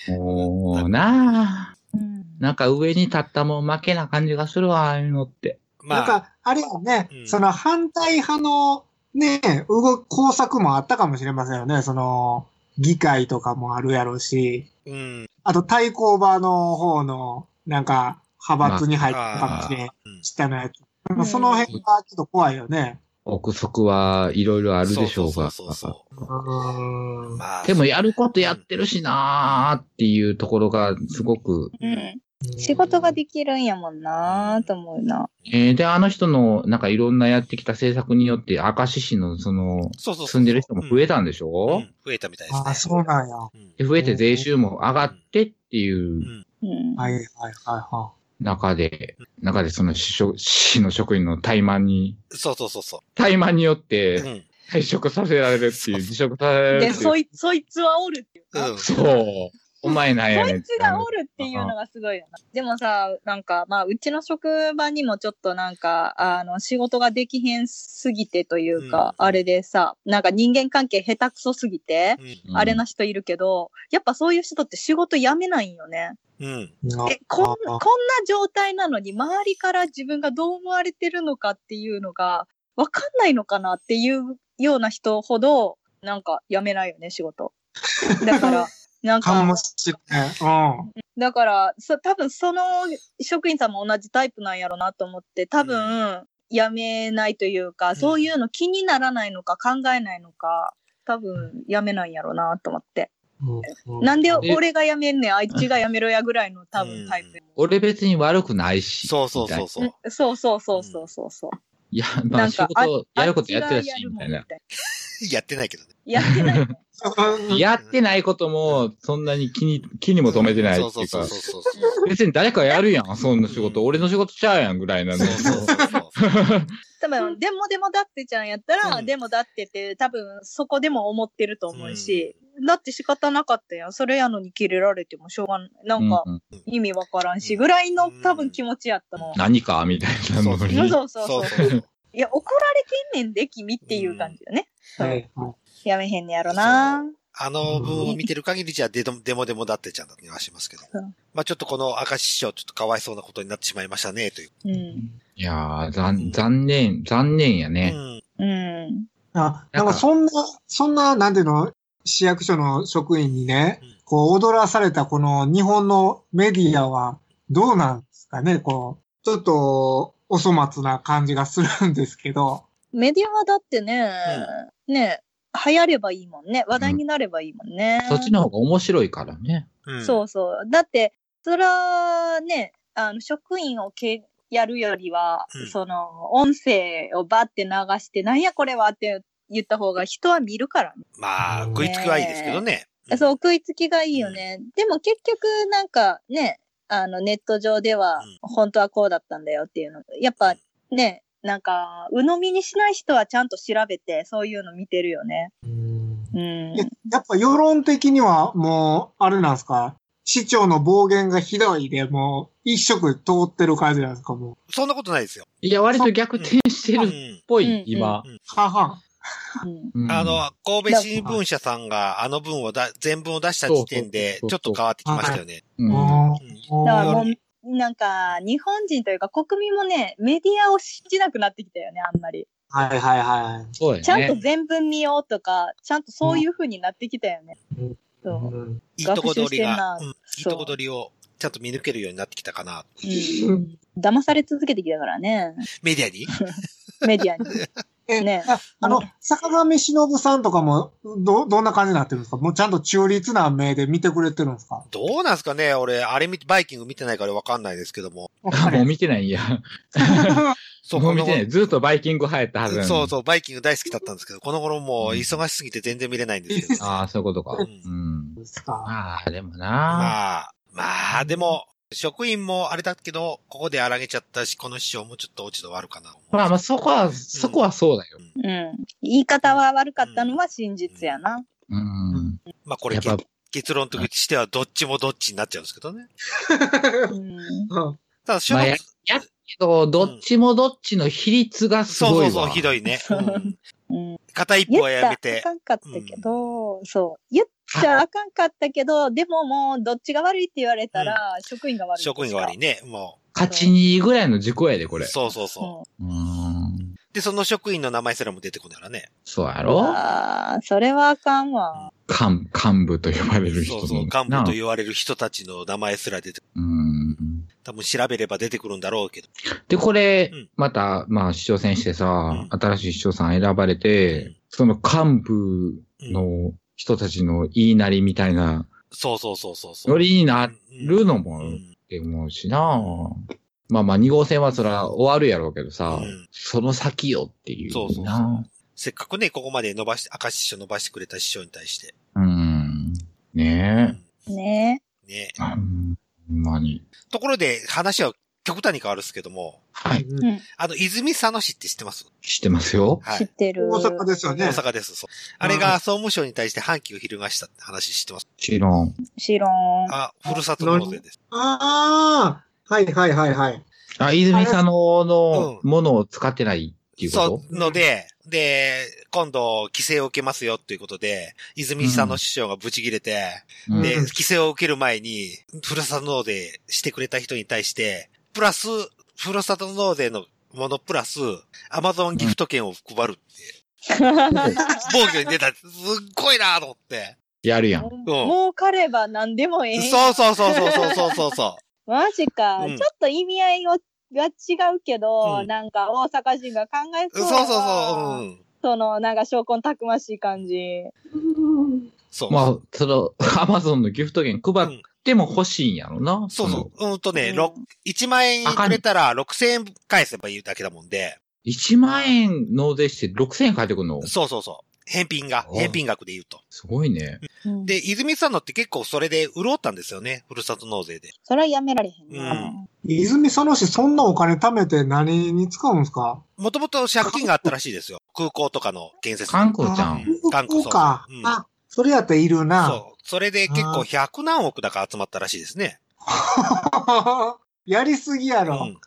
Speaker 3: もうなあ
Speaker 2: うん。
Speaker 3: なんか上に立ったもん負けな感じがするわ、ああいうのって。
Speaker 1: ま
Speaker 4: な
Speaker 1: あ
Speaker 4: ん、か、あれはね、
Speaker 1: うん
Speaker 4: その反対派のね、動く工作もあったかもしれませんよね。その、議会とかもあるやろうし、
Speaker 1: うん。
Speaker 4: あと対抗馬の方の、なんか、派閥に入ったかもしれ
Speaker 1: う
Speaker 4: ん。
Speaker 1: ん
Speaker 4: 下のやつ。
Speaker 2: うん
Speaker 4: その辺がちょっと怖いよね。
Speaker 3: 憶測はいろいろあるでしょう
Speaker 1: そう
Speaker 3: が。
Speaker 1: そうそうそう
Speaker 4: ーん
Speaker 1: まあ、
Speaker 3: でもやることやってるしなーっていうところがすごく。
Speaker 2: うん仕事ができるんやもんなと思うな。
Speaker 3: えーで、あの人のなんかいろんなやってきた政策によって、明石市のその、
Speaker 1: そうそうそう
Speaker 3: 住んでる人も増えたんでし
Speaker 1: うんう
Speaker 3: ょ
Speaker 1: ん増えたみたいですね。
Speaker 4: あ、そうなんや。は
Speaker 1: うん
Speaker 3: で増えて税収も上がってっていう。
Speaker 2: うん。
Speaker 4: いはいはいは
Speaker 3: 中で、中でその市職市の職員の怠慢に、
Speaker 1: そうそうそうそ
Speaker 3: 怠慢によっ
Speaker 1: う。う
Speaker 3: て
Speaker 1: ん。
Speaker 3: 退職させられるっていう、辞職させられる
Speaker 2: で、
Speaker 3: っていう
Speaker 2: そ。い、そいつはおるっていうか。
Speaker 1: うん
Speaker 3: そう。お前なんや
Speaker 2: そ
Speaker 3: ねん
Speaker 2: いつがおるっていうのがすごいよな。でもさ、なんか、まあ、うちの職場にもちょっとなんか、あの、仕事ができへんすぎてというか、
Speaker 1: うん
Speaker 2: あれでさ、なんか人間関係下手くそすぎて、
Speaker 1: う
Speaker 3: うん
Speaker 2: あれな人いるけど、やっぱそういう人って仕事辞めないんよね。
Speaker 1: ん。うん。
Speaker 4: い。な
Speaker 2: え、こん、こん
Speaker 4: あ
Speaker 2: な状態なのに、周りから自分がどう思われてるのかっていうのが、わかんないのかなっていうような人ほど、なんか辞めないよね、仕事。だから、なんか。
Speaker 4: かもしれん。うん。
Speaker 2: だから、そ多分その職員さんも同じタイプなんやろなと思って、多分辞めないというか、そういうの気にならないのか考えないのか、多分辞めないんやろなと思って。
Speaker 4: う
Speaker 2: なんで
Speaker 3: で
Speaker 2: 俺が辞めんねん、あいつが辞めろやぐらいの多
Speaker 1: うん
Speaker 2: 分タイプ。
Speaker 3: 俺別に悪くないし。
Speaker 1: そうそうそう
Speaker 3: み
Speaker 1: そう。
Speaker 2: そうそうそうそうそうそう。
Speaker 3: たいな。いや、ま
Speaker 2: な
Speaker 3: あ
Speaker 2: ん
Speaker 3: 仕
Speaker 2: かあ
Speaker 3: 事、やることや
Speaker 2: あ
Speaker 3: ってた
Speaker 2: いつが
Speaker 3: し
Speaker 2: や、る
Speaker 3: み
Speaker 2: も
Speaker 3: た
Speaker 2: ん
Speaker 3: いな。
Speaker 1: やってないけどね。
Speaker 2: やってないね。
Speaker 4: うん
Speaker 3: やってないことも、そんなに気に、気にも留めてない
Speaker 1: そう
Speaker 3: って
Speaker 1: そ
Speaker 3: いうう
Speaker 1: そ
Speaker 3: か
Speaker 1: う、そう そう。
Speaker 3: 別に誰かやるやん、そんな仕事。俺の仕事ちゃうやんぐらいなん
Speaker 1: そ
Speaker 3: で
Speaker 1: う。そうそうそう。
Speaker 2: 多分、でもでもだってちゃんやったら、
Speaker 1: うん
Speaker 2: でもだってって、多分そこでも思ってると思うし、だって仕方なかったやん。それやのに切れられてもしょうがない。なんか
Speaker 3: うんうん
Speaker 2: 意味わからんし、
Speaker 1: うん
Speaker 2: ぐらいの多分気持ちやったの。
Speaker 3: 何かみたいなノリ。
Speaker 2: そうそうそ
Speaker 1: そ
Speaker 2: うそうう。
Speaker 1: そうそう。
Speaker 2: いや、怒られてんねんで、君っていう感じよね。
Speaker 4: はい。
Speaker 2: やめへんねやろな。
Speaker 1: あの文を見てる限りじゃデモデモデモだってちゃんだ気がしますけど
Speaker 2: うん。
Speaker 1: まあちょっとこの明石師匠ちょっとかわいそうなことになってしまいましたね、という。
Speaker 2: うん。
Speaker 3: いやー、残残念、残念や
Speaker 1: う
Speaker 3: ね。
Speaker 1: ん。
Speaker 2: うん。
Speaker 4: あ、なんかそんな、そんな、なんていうの、市役所の職員にね、こう、踊らされたこの日本のメディアは、どうなんですかね、こう、ちょっと、お粗末な感じがするんですけど、
Speaker 2: メディアはだってね、ね、流行ればいいもんね。話題になればいいもんね。
Speaker 3: そっちの方が面白いからね。
Speaker 1: うん。
Speaker 2: そうそう。だって、そら、ね、あの、職員をけやるよりは、
Speaker 1: うん
Speaker 2: その、音声をバって流して、なんやこれはって言った方が人は見るからね。
Speaker 1: まあ、食いつきはいいですけどね。ん
Speaker 2: そう、食いつきがいいよね。でも結局、なんかね、あの、ネット上で
Speaker 1: う
Speaker 2: は
Speaker 1: ん、
Speaker 2: 本当はこうだったんだよっていうの。やっぱね、なんか、鵜呑みにしない人はちゃんと調べて、そういうの見てるよね。 うん。
Speaker 4: や やっぱ世論的にはもう、あれなんですか市長の暴言がひどいで、もう、一色通ってる感じなんですかも
Speaker 1: そんなことないですよ。
Speaker 3: いや、割と逆転して
Speaker 1: う
Speaker 3: るっ
Speaker 1: ん。
Speaker 3: ぽ
Speaker 2: うん
Speaker 3: い、今。
Speaker 4: う。はんはん。
Speaker 2: うん
Speaker 3: うん
Speaker 1: あの、神戸新聞社さんがあの文をだ、全文を出した時点で、
Speaker 3: そう
Speaker 1: ちょ
Speaker 3: そ
Speaker 1: っと
Speaker 3: う
Speaker 1: 変わってきましたよね。
Speaker 3: うん
Speaker 1: うん
Speaker 2: だからも
Speaker 1: うん
Speaker 2: う、なんか、日本人というか国民もね、メディアを信じなくなってきたよね、あんまり。
Speaker 4: はいはいはい。
Speaker 3: そう
Speaker 2: ちゃ
Speaker 3: や
Speaker 2: んと
Speaker 3: ね。
Speaker 2: 全文見ようとか、ちゃんとそういう風になってきたよね。
Speaker 4: うん
Speaker 2: そう。
Speaker 4: うん
Speaker 1: いいとこ取りが、
Speaker 2: 学習してんな
Speaker 1: うんいい
Speaker 2: そう
Speaker 1: とこ取りをちゃんと見抜けるようになってきたかな。
Speaker 2: うん。騙され続けてきたからね、
Speaker 1: メディアに
Speaker 2: メディア
Speaker 4: え
Speaker 2: に。ね。
Speaker 4: ああの、坂上忍さんとかも、ど、どんな感じになってるんですかもうちゃんと中立な目で見てくれてるんですか
Speaker 1: どうなんすかね俺、あれ見て、バイキング見てないからわかんないですけども。
Speaker 3: あ、 もう見てないんや。
Speaker 1: そう、
Speaker 3: も
Speaker 1: こ
Speaker 3: う見
Speaker 1: の
Speaker 3: てない。ずっとバイキング生えたはずやのに
Speaker 1: そうそう、バイキング大好きだったんですけど、この頃もう忙しすぎて全然見れないんですけど。
Speaker 3: ああ、そういうことか。
Speaker 1: う
Speaker 3: うんん。
Speaker 4: ですか
Speaker 3: ま あ、でもな。
Speaker 1: まあ、まあ、でも、職員もあれだけど、ここで荒げちゃったし、この師匠もちょっと落ち度はあるかな。
Speaker 3: まあまあ、そこは、そこはそうだよ。
Speaker 2: うん。言い方は悪かったのは真実やな。
Speaker 3: うん。
Speaker 1: まあこれ
Speaker 3: やっ
Speaker 1: 結
Speaker 3: ぱ、
Speaker 1: 結論としてはどっちもどっちになっちゃうんですけどね。
Speaker 2: うん。
Speaker 1: ただ、
Speaker 3: まあ、や
Speaker 1: 書
Speaker 3: やっけど、どっちもどっちの比率がす
Speaker 1: そう
Speaker 3: ごい
Speaker 1: そう
Speaker 3: わ。
Speaker 1: そう、ひどい ね。うん
Speaker 2: うん
Speaker 1: 片一歩
Speaker 2: 言っ
Speaker 1: は
Speaker 2: た
Speaker 1: や
Speaker 2: ら
Speaker 1: め
Speaker 2: あ
Speaker 1: て。
Speaker 2: かんかったけど、そう。言ったらあかんかったけど、でももう、どっちが悪いって言われたら、職員が悪い。
Speaker 1: 職員が悪いね。も
Speaker 3: 勝ちにいいぐらいの事故やで、こ
Speaker 1: う。
Speaker 3: れ。
Speaker 1: そうそうそう。
Speaker 2: う
Speaker 3: うん。
Speaker 1: で、その職員の名前すらも出てこないからね。
Speaker 3: そうや
Speaker 2: ん。
Speaker 3: ろ
Speaker 2: ああ、それはあかんわ。
Speaker 3: 幹幹部と呼ばれる人
Speaker 1: そ
Speaker 3: の
Speaker 1: うそう、幹部と
Speaker 3: な
Speaker 1: 言われる人たちの名前すら出て、
Speaker 3: うん。
Speaker 1: 多分調べれば出てくるんだろうけど。
Speaker 3: で、これ、
Speaker 1: うん
Speaker 3: また、まあ、市長選してさ、
Speaker 1: う
Speaker 3: 新しい市長さん選ばれて、
Speaker 1: うん
Speaker 3: その幹部の人たちの言いなりみたいな
Speaker 1: そうそうそうそうそう。
Speaker 3: ノリになるの
Speaker 1: う
Speaker 3: も
Speaker 1: ん
Speaker 3: って思うしな、まあまあ、2号線はそら終わるやろうけどさ、
Speaker 1: うん
Speaker 3: その先よっていうな。
Speaker 1: そうそうそうせっかくね、ここまで伸ばして、赤師匠伸ばしてくれた師匠に対して。
Speaker 3: うん。
Speaker 1: う
Speaker 3: ね
Speaker 1: ん
Speaker 2: ね
Speaker 1: ね
Speaker 3: え。うんほんまに。
Speaker 1: ところで、話は極端に変わるんですけども、
Speaker 3: はい。
Speaker 4: うん
Speaker 2: うん
Speaker 1: あの、泉佐野市って知ってます
Speaker 3: 知ってますよ。
Speaker 1: は
Speaker 2: 知っ
Speaker 1: い。
Speaker 2: てる。
Speaker 4: 大阪ですよ
Speaker 1: 大
Speaker 4: ね。
Speaker 1: 阪です、そう。あれが総務省に対して反旗を翻したって話知ってます。
Speaker 3: 知らん。
Speaker 2: 知らん。
Speaker 1: あ、ふるさと納税です。
Speaker 4: ああはいはいはいはい。
Speaker 3: あ、泉佐野の
Speaker 1: うん
Speaker 3: ものを使ってないっていうこと
Speaker 1: そう、ので、で、今度、規制を受けますよということで、泉佐野市長がブチ切れて、
Speaker 3: うん
Speaker 1: で、
Speaker 4: うん
Speaker 1: 規制を受ける前に、ふるさと納税してくれた人に対して、プラス、ふるさと納税のものプラス、アマゾンギフト券を配るって、防御に出た。すっごいなと思って。
Speaker 3: やるやん。
Speaker 1: う
Speaker 2: 儲かれば何でもええ
Speaker 1: ん。
Speaker 2: んや。
Speaker 1: そうそうそうそうそうそうそうそ
Speaker 2: マジか。
Speaker 1: うん
Speaker 2: ちょっと意味合いは違うけど、
Speaker 1: うん
Speaker 2: なんか大阪人が考え
Speaker 1: う。
Speaker 2: そ
Speaker 1: そうう
Speaker 2: や
Speaker 1: そう
Speaker 2: わ。
Speaker 1: そう。うん。
Speaker 2: その、なんか、証拠たくましい感じ。
Speaker 1: そう。
Speaker 3: まあ、その、アマゾンのギフト券
Speaker 1: う
Speaker 3: 配っ
Speaker 1: ん
Speaker 3: ても欲しいんやろな。
Speaker 1: そう
Speaker 3: の
Speaker 1: そう。うんとね、
Speaker 2: うん
Speaker 1: 六1万円くれたら6000円返せばいいだけだもんで、
Speaker 3: 1万円納税して6000円返ってくるの
Speaker 1: そうそうそう。返品が、
Speaker 3: お
Speaker 1: 返品額で言うと。
Speaker 3: すごいね。
Speaker 2: うん
Speaker 1: で、泉佐野って結構それで潤ったんですよね。ふるさと納税で。
Speaker 2: それはやめられへん
Speaker 1: う
Speaker 2: な。
Speaker 4: 泉佐野市そんなお金貯めて何に使うんですか
Speaker 1: も ともと借金があったらしいですよ。空港とかの建設。
Speaker 3: 観光ちゃ
Speaker 4: あ
Speaker 3: ん。
Speaker 4: ー
Speaker 1: 韓国
Speaker 4: そうか
Speaker 1: そうそうう。ん
Speaker 4: あ、それやったらいるな。
Speaker 1: そう。それで結構100何億だか集まったらしいですね。
Speaker 4: やりすぎや
Speaker 1: う
Speaker 4: ろ。
Speaker 1: ん。で、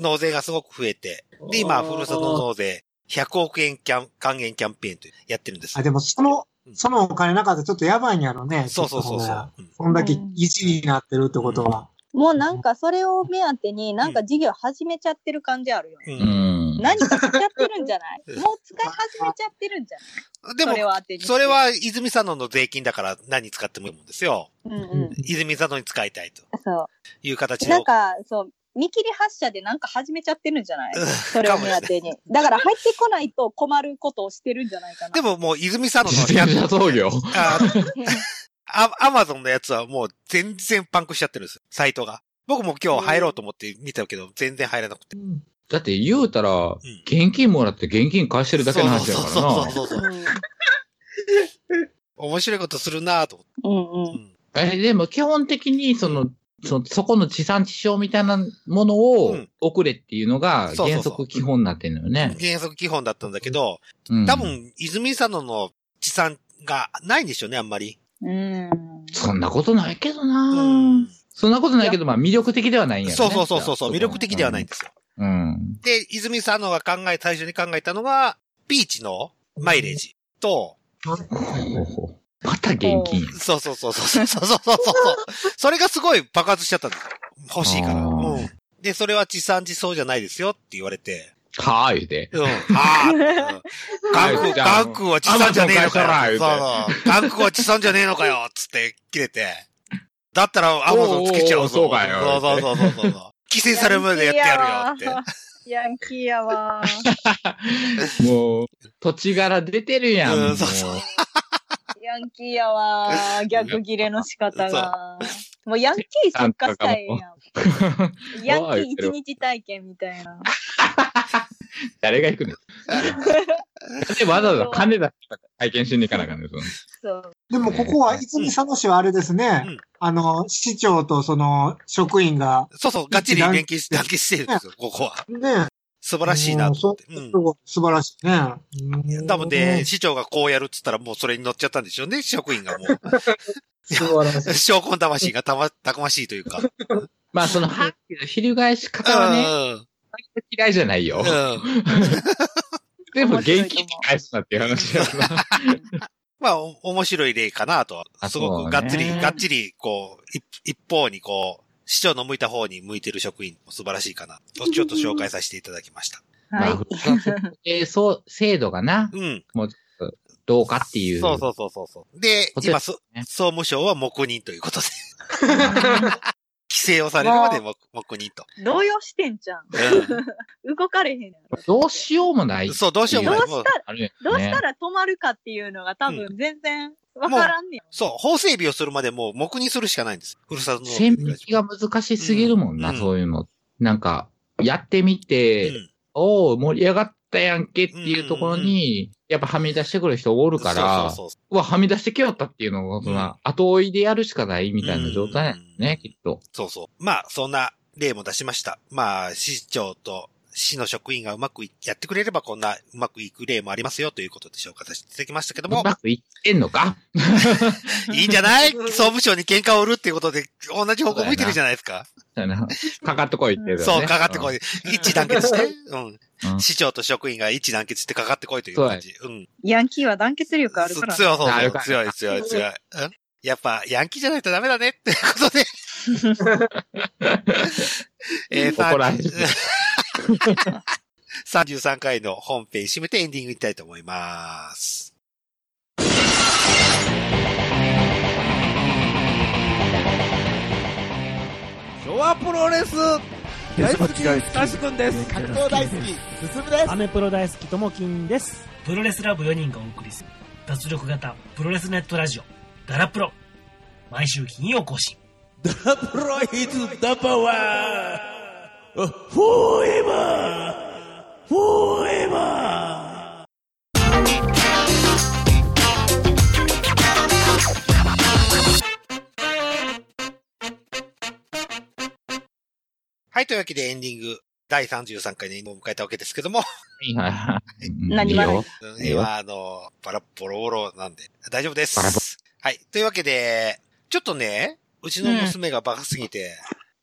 Speaker 1: 納税がすごく増えて。で、今、ふるさと納税100億円キャン還元キャンペーンというやってるんです
Speaker 4: あ、。でもその
Speaker 1: う、ん
Speaker 4: そのお金なかったらちょっとやばいんやろね。
Speaker 1: そうそうそう
Speaker 4: ち
Speaker 1: そ
Speaker 4: ょっとほら
Speaker 1: う。うん
Speaker 4: こんだけ1になってるってことは。
Speaker 2: もうなんかそれを目当てになんか事業始めちゃってる感じあるよね。
Speaker 1: う
Speaker 3: うんん。
Speaker 2: 何か使っちゃってるんじゃない
Speaker 1: うん
Speaker 2: もう使い始めちゃってるんじゃない
Speaker 1: でも
Speaker 2: それ、を当てにして。
Speaker 1: それは泉佐野の税金だから何使ってもいいもんですよ。
Speaker 2: うんうん。
Speaker 1: 泉佐野に使いたいと
Speaker 2: そ
Speaker 1: いう形
Speaker 2: う。
Speaker 1: で
Speaker 2: なん。か、そう、見切り発車でなんか始めちゃってるんじゃない
Speaker 1: うん
Speaker 2: それを目当てに。だから入ってこないと困ることをしてるんじゃないかな。
Speaker 1: でももう泉佐野の
Speaker 3: 自転車操業。
Speaker 1: ああアマゾンのやつはもう全然パンクしちゃってるんですよ、サイトが。僕も今日入ろうと思って見たけど、全然入らなくて。
Speaker 3: だって言うたら、現金もらって現金返してるだけの話だか
Speaker 1: そう
Speaker 3: ら
Speaker 1: そう
Speaker 3: な。
Speaker 1: そうそうそう。面白いことするなぁと思って。
Speaker 2: うんうんうん。
Speaker 3: え、でも基本的に、その、その、そこの地産地消みたいなものを
Speaker 1: うん
Speaker 3: 送れっていうのが
Speaker 1: そうそうそう
Speaker 3: 原則基本になってんのよね。
Speaker 1: 原則基本だったんだけど、
Speaker 3: うん
Speaker 1: 多。分、泉佐野の地産がないんでしょうね、あんまり。
Speaker 2: うん。
Speaker 3: そんなことないけどな、
Speaker 1: うん
Speaker 3: そんなことないけど、まあ魅力的ではないんやろ
Speaker 1: そう
Speaker 3: ね。
Speaker 1: そうそうそうそう、魅力的ではないん
Speaker 3: で
Speaker 1: ですよ。
Speaker 3: す。うん。
Speaker 1: で、泉佐野が考え、最初に考えたのが、ビーチのマイレージと、
Speaker 3: ほうほうまた現金や。
Speaker 1: そうそうそうそうそうそうそうそうそう。それがすごい爆発しちゃったんですよ。欲しいから。
Speaker 3: あ
Speaker 1: う
Speaker 3: ー
Speaker 1: ん。で、それは地産地消じゃないですよって言われて。
Speaker 3: はー いで。
Speaker 1: うん。ああ。ガンク、
Speaker 3: じゃ
Speaker 1: ガ
Speaker 3: あ
Speaker 1: ンクは地産じゃねえのかよ。
Speaker 3: Amazon 買えたら
Speaker 1: そうそう。ガンクは地産じゃねえのかよつって切れて。だったらアマゾンつけちゃうぞ。
Speaker 3: おーおーおーそうかよ
Speaker 1: そうそうそうそうそう。規制されるまでやってやるよって。
Speaker 2: って。ヤンキーやわー。
Speaker 3: もう、土地柄出てるやん。
Speaker 1: うんそうそう
Speaker 3: もう
Speaker 2: ヤンキーやわー。逆切れの仕方が。もうヤンキー出荷したいやん。ヤンキー一日体験みたいな。
Speaker 3: 誰が行くのでわざわざ金出したから体験しに行かなあかんねそ
Speaker 2: そう。
Speaker 4: でもここは、泉佐野市はあれですね、
Speaker 1: うん
Speaker 4: あの、市長とその職員が、
Speaker 1: そうそう、がっちり連携し、連携してるんですよ、ここは。
Speaker 4: ね、
Speaker 1: 素
Speaker 4: 素
Speaker 1: 晴らしいなと思って。うん。
Speaker 4: 素晴らしいね。うん
Speaker 1: 多分で、、市長がこうやるっつったらもうそれに乗っちゃったんでしょうね、職員がもう。
Speaker 4: 素晴らしい。
Speaker 1: 証拠の魂がたま、たくましいというか。
Speaker 3: まあ、その、はっきり翻し方はね、嫌いじゃないよ。
Speaker 1: うん。うん。
Speaker 3: でも、現金に返すなっていう話やな。
Speaker 1: まあ、お面白い例かなとは。
Speaker 3: あ
Speaker 1: すご
Speaker 3: そ
Speaker 1: く
Speaker 3: うね
Speaker 1: がっつり、がっちり、こう、一一方にこう、市長の向いた方に向いてる職員も素晴らしいかな。とちょっと紹介させていただきました。
Speaker 2: はい。
Speaker 3: えー、そう、制度がな、
Speaker 1: うん。
Speaker 3: どうかっていう。
Speaker 1: そうそうそうそうそう。で
Speaker 3: こ、ちら
Speaker 1: 今、そ
Speaker 3: ね
Speaker 1: 総務省は黙認ということで。 規制をされるまで黙黙認と。
Speaker 2: 動揺してんじゃん。動かれへんやろ。
Speaker 3: どうしようもない。
Speaker 1: そう、どうしようもない。
Speaker 2: どう
Speaker 1: もう
Speaker 2: した
Speaker 3: あるよね
Speaker 2: どうしたら止まるかっていうのが多分全然わからんねん。
Speaker 1: そう、法整備をするまでもう黙認するしかないんです。ふるさと納税
Speaker 3: 線引きが難しすぎるもんな、
Speaker 1: うん
Speaker 3: そういうの。なんか、やってみ
Speaker 1: う
Speaker 3: て、
Speaker 1: ん。
Speaker 3: おお盛り上がったやんけっていうところに、やっぱはみ出してくる人おるから、
Speaker 1: そうそうそう
Speaker 3: わ、はみ出してきよったっていうのを、その後追いでやるしかないみたいな状態なんですね、
Speaker 1: うん
Speaker 3: きっと。
Speaker 1: そうそう。まあ、そんな例も出しました。まあ、市長と市の職員がうまくいやってくれればこんなうまくいく例もありますよということで紹介させていただきましたけど
Speaker 3: う
Speaker 1: も、
Speaker 3: まくいってんのか
Speaker 1: いいんじゃない総務省に喧嘩を売るっていうことで同じ方向向いてるじゃないですか。
Speaker 3: みた いなかかってこいって、ね。
Speaker 1: そう、かかってこい。一致団結して。う。
Speaker 3: うんん
Speaker 1: 市長と職員が一致団結してかかってこいという感じ。うん。
Speaker 2: ヤンキーは団結力ある
Speaker 1: そ
Speaker 2: か
Speaker 1: う
Speaker 2: ら。
Speaker 1: 強い、そう
Speaker 3: あ
Speaker 1: そう
Speaker 3: るから
Speaker 1: 強い、強い、強い。うんやっぱ、ヤンキーじゃないとダメだねってこと で。えー、
Speaker 3: 怒られる
Speaker 1: 30 33回の本編締めてエンディングいきたいと思います。
Speaker 9: 昭和プロレス大好き、たしくんです。格闘大好き、進むで
Speaker 8: アメプロ大好きともきんです。プロレスラブ4人がお送りする脱力型プロレスネットラジオダラプロ。毎週金曜更新。
Speaker 9: す。ダプロイズダパワーフォーエバーフォーエバー
Speaker 1: はい、というわけでエンディング。第33回にもう迎えたわけですけども、
Speaker 3: いいな。
Speaker 2: 何話
Speaker 3: いいよ
Speaker 1: うん
Speaker 3: いいよ
Speaker 1: 今、あの、バラッボロボロなんで、大丈夫で
Speaker 3: バラボ
Speaker 1: す。はい。というわけで、ちょっとね、うちの娘がバカすぎて、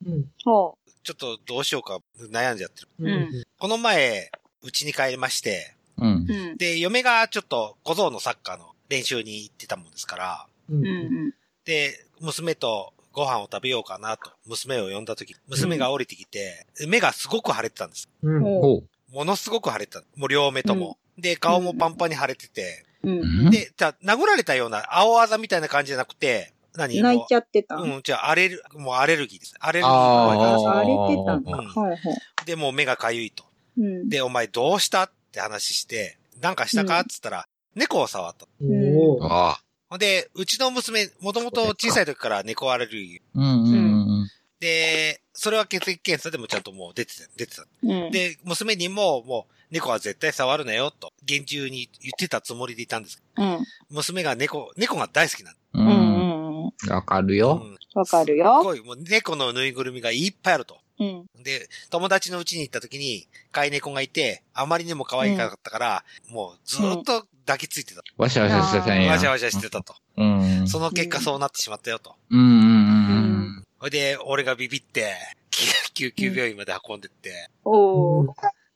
Speaker 4: うん。
Speaker 2: ほ
Speaker 1: ちょっとどうしようか悩んじゃってる。
Speaker 2: う。うん。
Speaker 1: この前、うちに帰りまして、
Speaker 3: うん
Speaker 2: う。ん。
Speaker 1: で、嫁がちょっと小僧のサッカーの練習に行ってたもんですから、
Speaker 4: うん。
Speaker 2: うん。うん。
Speaker 1: で、娘とご飯を食べようかなと、娘を呼んだ時、娘が降りてきて、目がすごく腫れてたんです。
Speaker 4: うん。うん。
Speaker 2: ほ
Speaker 3: ほう。
Speaker 1: ものすごく腫れてた。もう両目とも。で、顔もパンパンに腫れてて、
Speaker 2: う。うん。
Speaker 3: ん
Speaker 1: で、じゃあ殴られたような青あざみたいな感じじゃなくて、何
Speaker 2: 泣いち
Speaker 1: ゃ
Speaker 2: ゃってた。
Speaker 1: うん、じゃあアレル、もうアレルギーです。アレルギーの場合
Speaker 3: あ
Speaker 1: か
Speaker 3: ー
Speaker 2: あれてたんだ。
Speaker 1: うん
Speaker 2: はいはい。
Speaker 1: なで、もう目がかゆいと。
Speaker 2: うん。
Speaker 1: で、お前どうしたって話して、なんかしたか
Speaker 2: うん
Speaker 1: って言ったら、猫を触った。
Speaker 4: おー
Speaker 3: ああ。
Speaker 1: ほんで、うちの娘、もともと小さい時から猫アレルギー。
Speaker 3: うんうんうん
Speaker 1: で、それは血液検査でもちゃんともう出てた、出てた。
Speaker 2: うん。
Speaker 1: で、娘にも、もう、猫は絶対触るなよ、と、厳重に言ってたつもりでいたんですけ
Speaker 2: うん。
Speaker 1: ど、娘が猫、猫が大好きなんだ。
Speaker 3: う
Speaker 2: うん
Speaker 3: ん。
Speaker 2: うんうん。
Speaker 3: わか
Speaker 1: う
Speaker 3: るよ。
Speaker 1: ん。
Speaker 2: わかる
Speaker 1: す
Speaker 2: よ。
Speaker 1: ごい、もう猫のぬいぐるみがいっぱいあると。
Speaker 2: うん。
Speaker 1: で、友達の家に行った時に、飼い猫がいて、あまりにも可愛かったから、もうずーっと抱きついてた。
Speaker 3: わしゃわしゃしてたんや。
Speaker 1: わしゃわしゃしてたと。
Speaker 3: うん。
Speaker 1: その結果
Speaker 2: うん
Speaker 1: そうなってしまったよと。
Speaker 3: うんうん
Speaker 1: ほいで、俺がビビって、 救急病院まで運んでって、
Speaker 2: おー。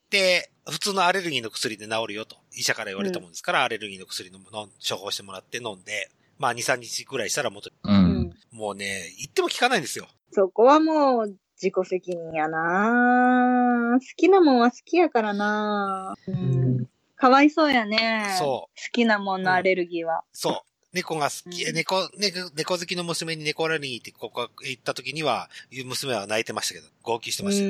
Speaker 1: で、普通のアレルギーの薬で治るよと、医者から言われたもんですから、アレルギーの薬のの処方してもらって飲んで、まあ2、3日ぐらいしたら元に、
Speaker 3: うんう。
Speaker 2: うんん。
Speaker 1: もうね、言っても聞かないんですよ。
Speaker 2: そこはもう、自己責任やな好きなもんは好きやからなうん。かわいそうやね。う。
Speaker 1: そう。
Speaker 2: 好きなもんのアレルギーは。
Speaker 1: そう。猫が好き、
Speaker 2: うん
Speaker 1: 猫、猫、猫好きの娘に猫ラリーってここへ行った時には、娘は泣いてましたけど、号泣してましたよ。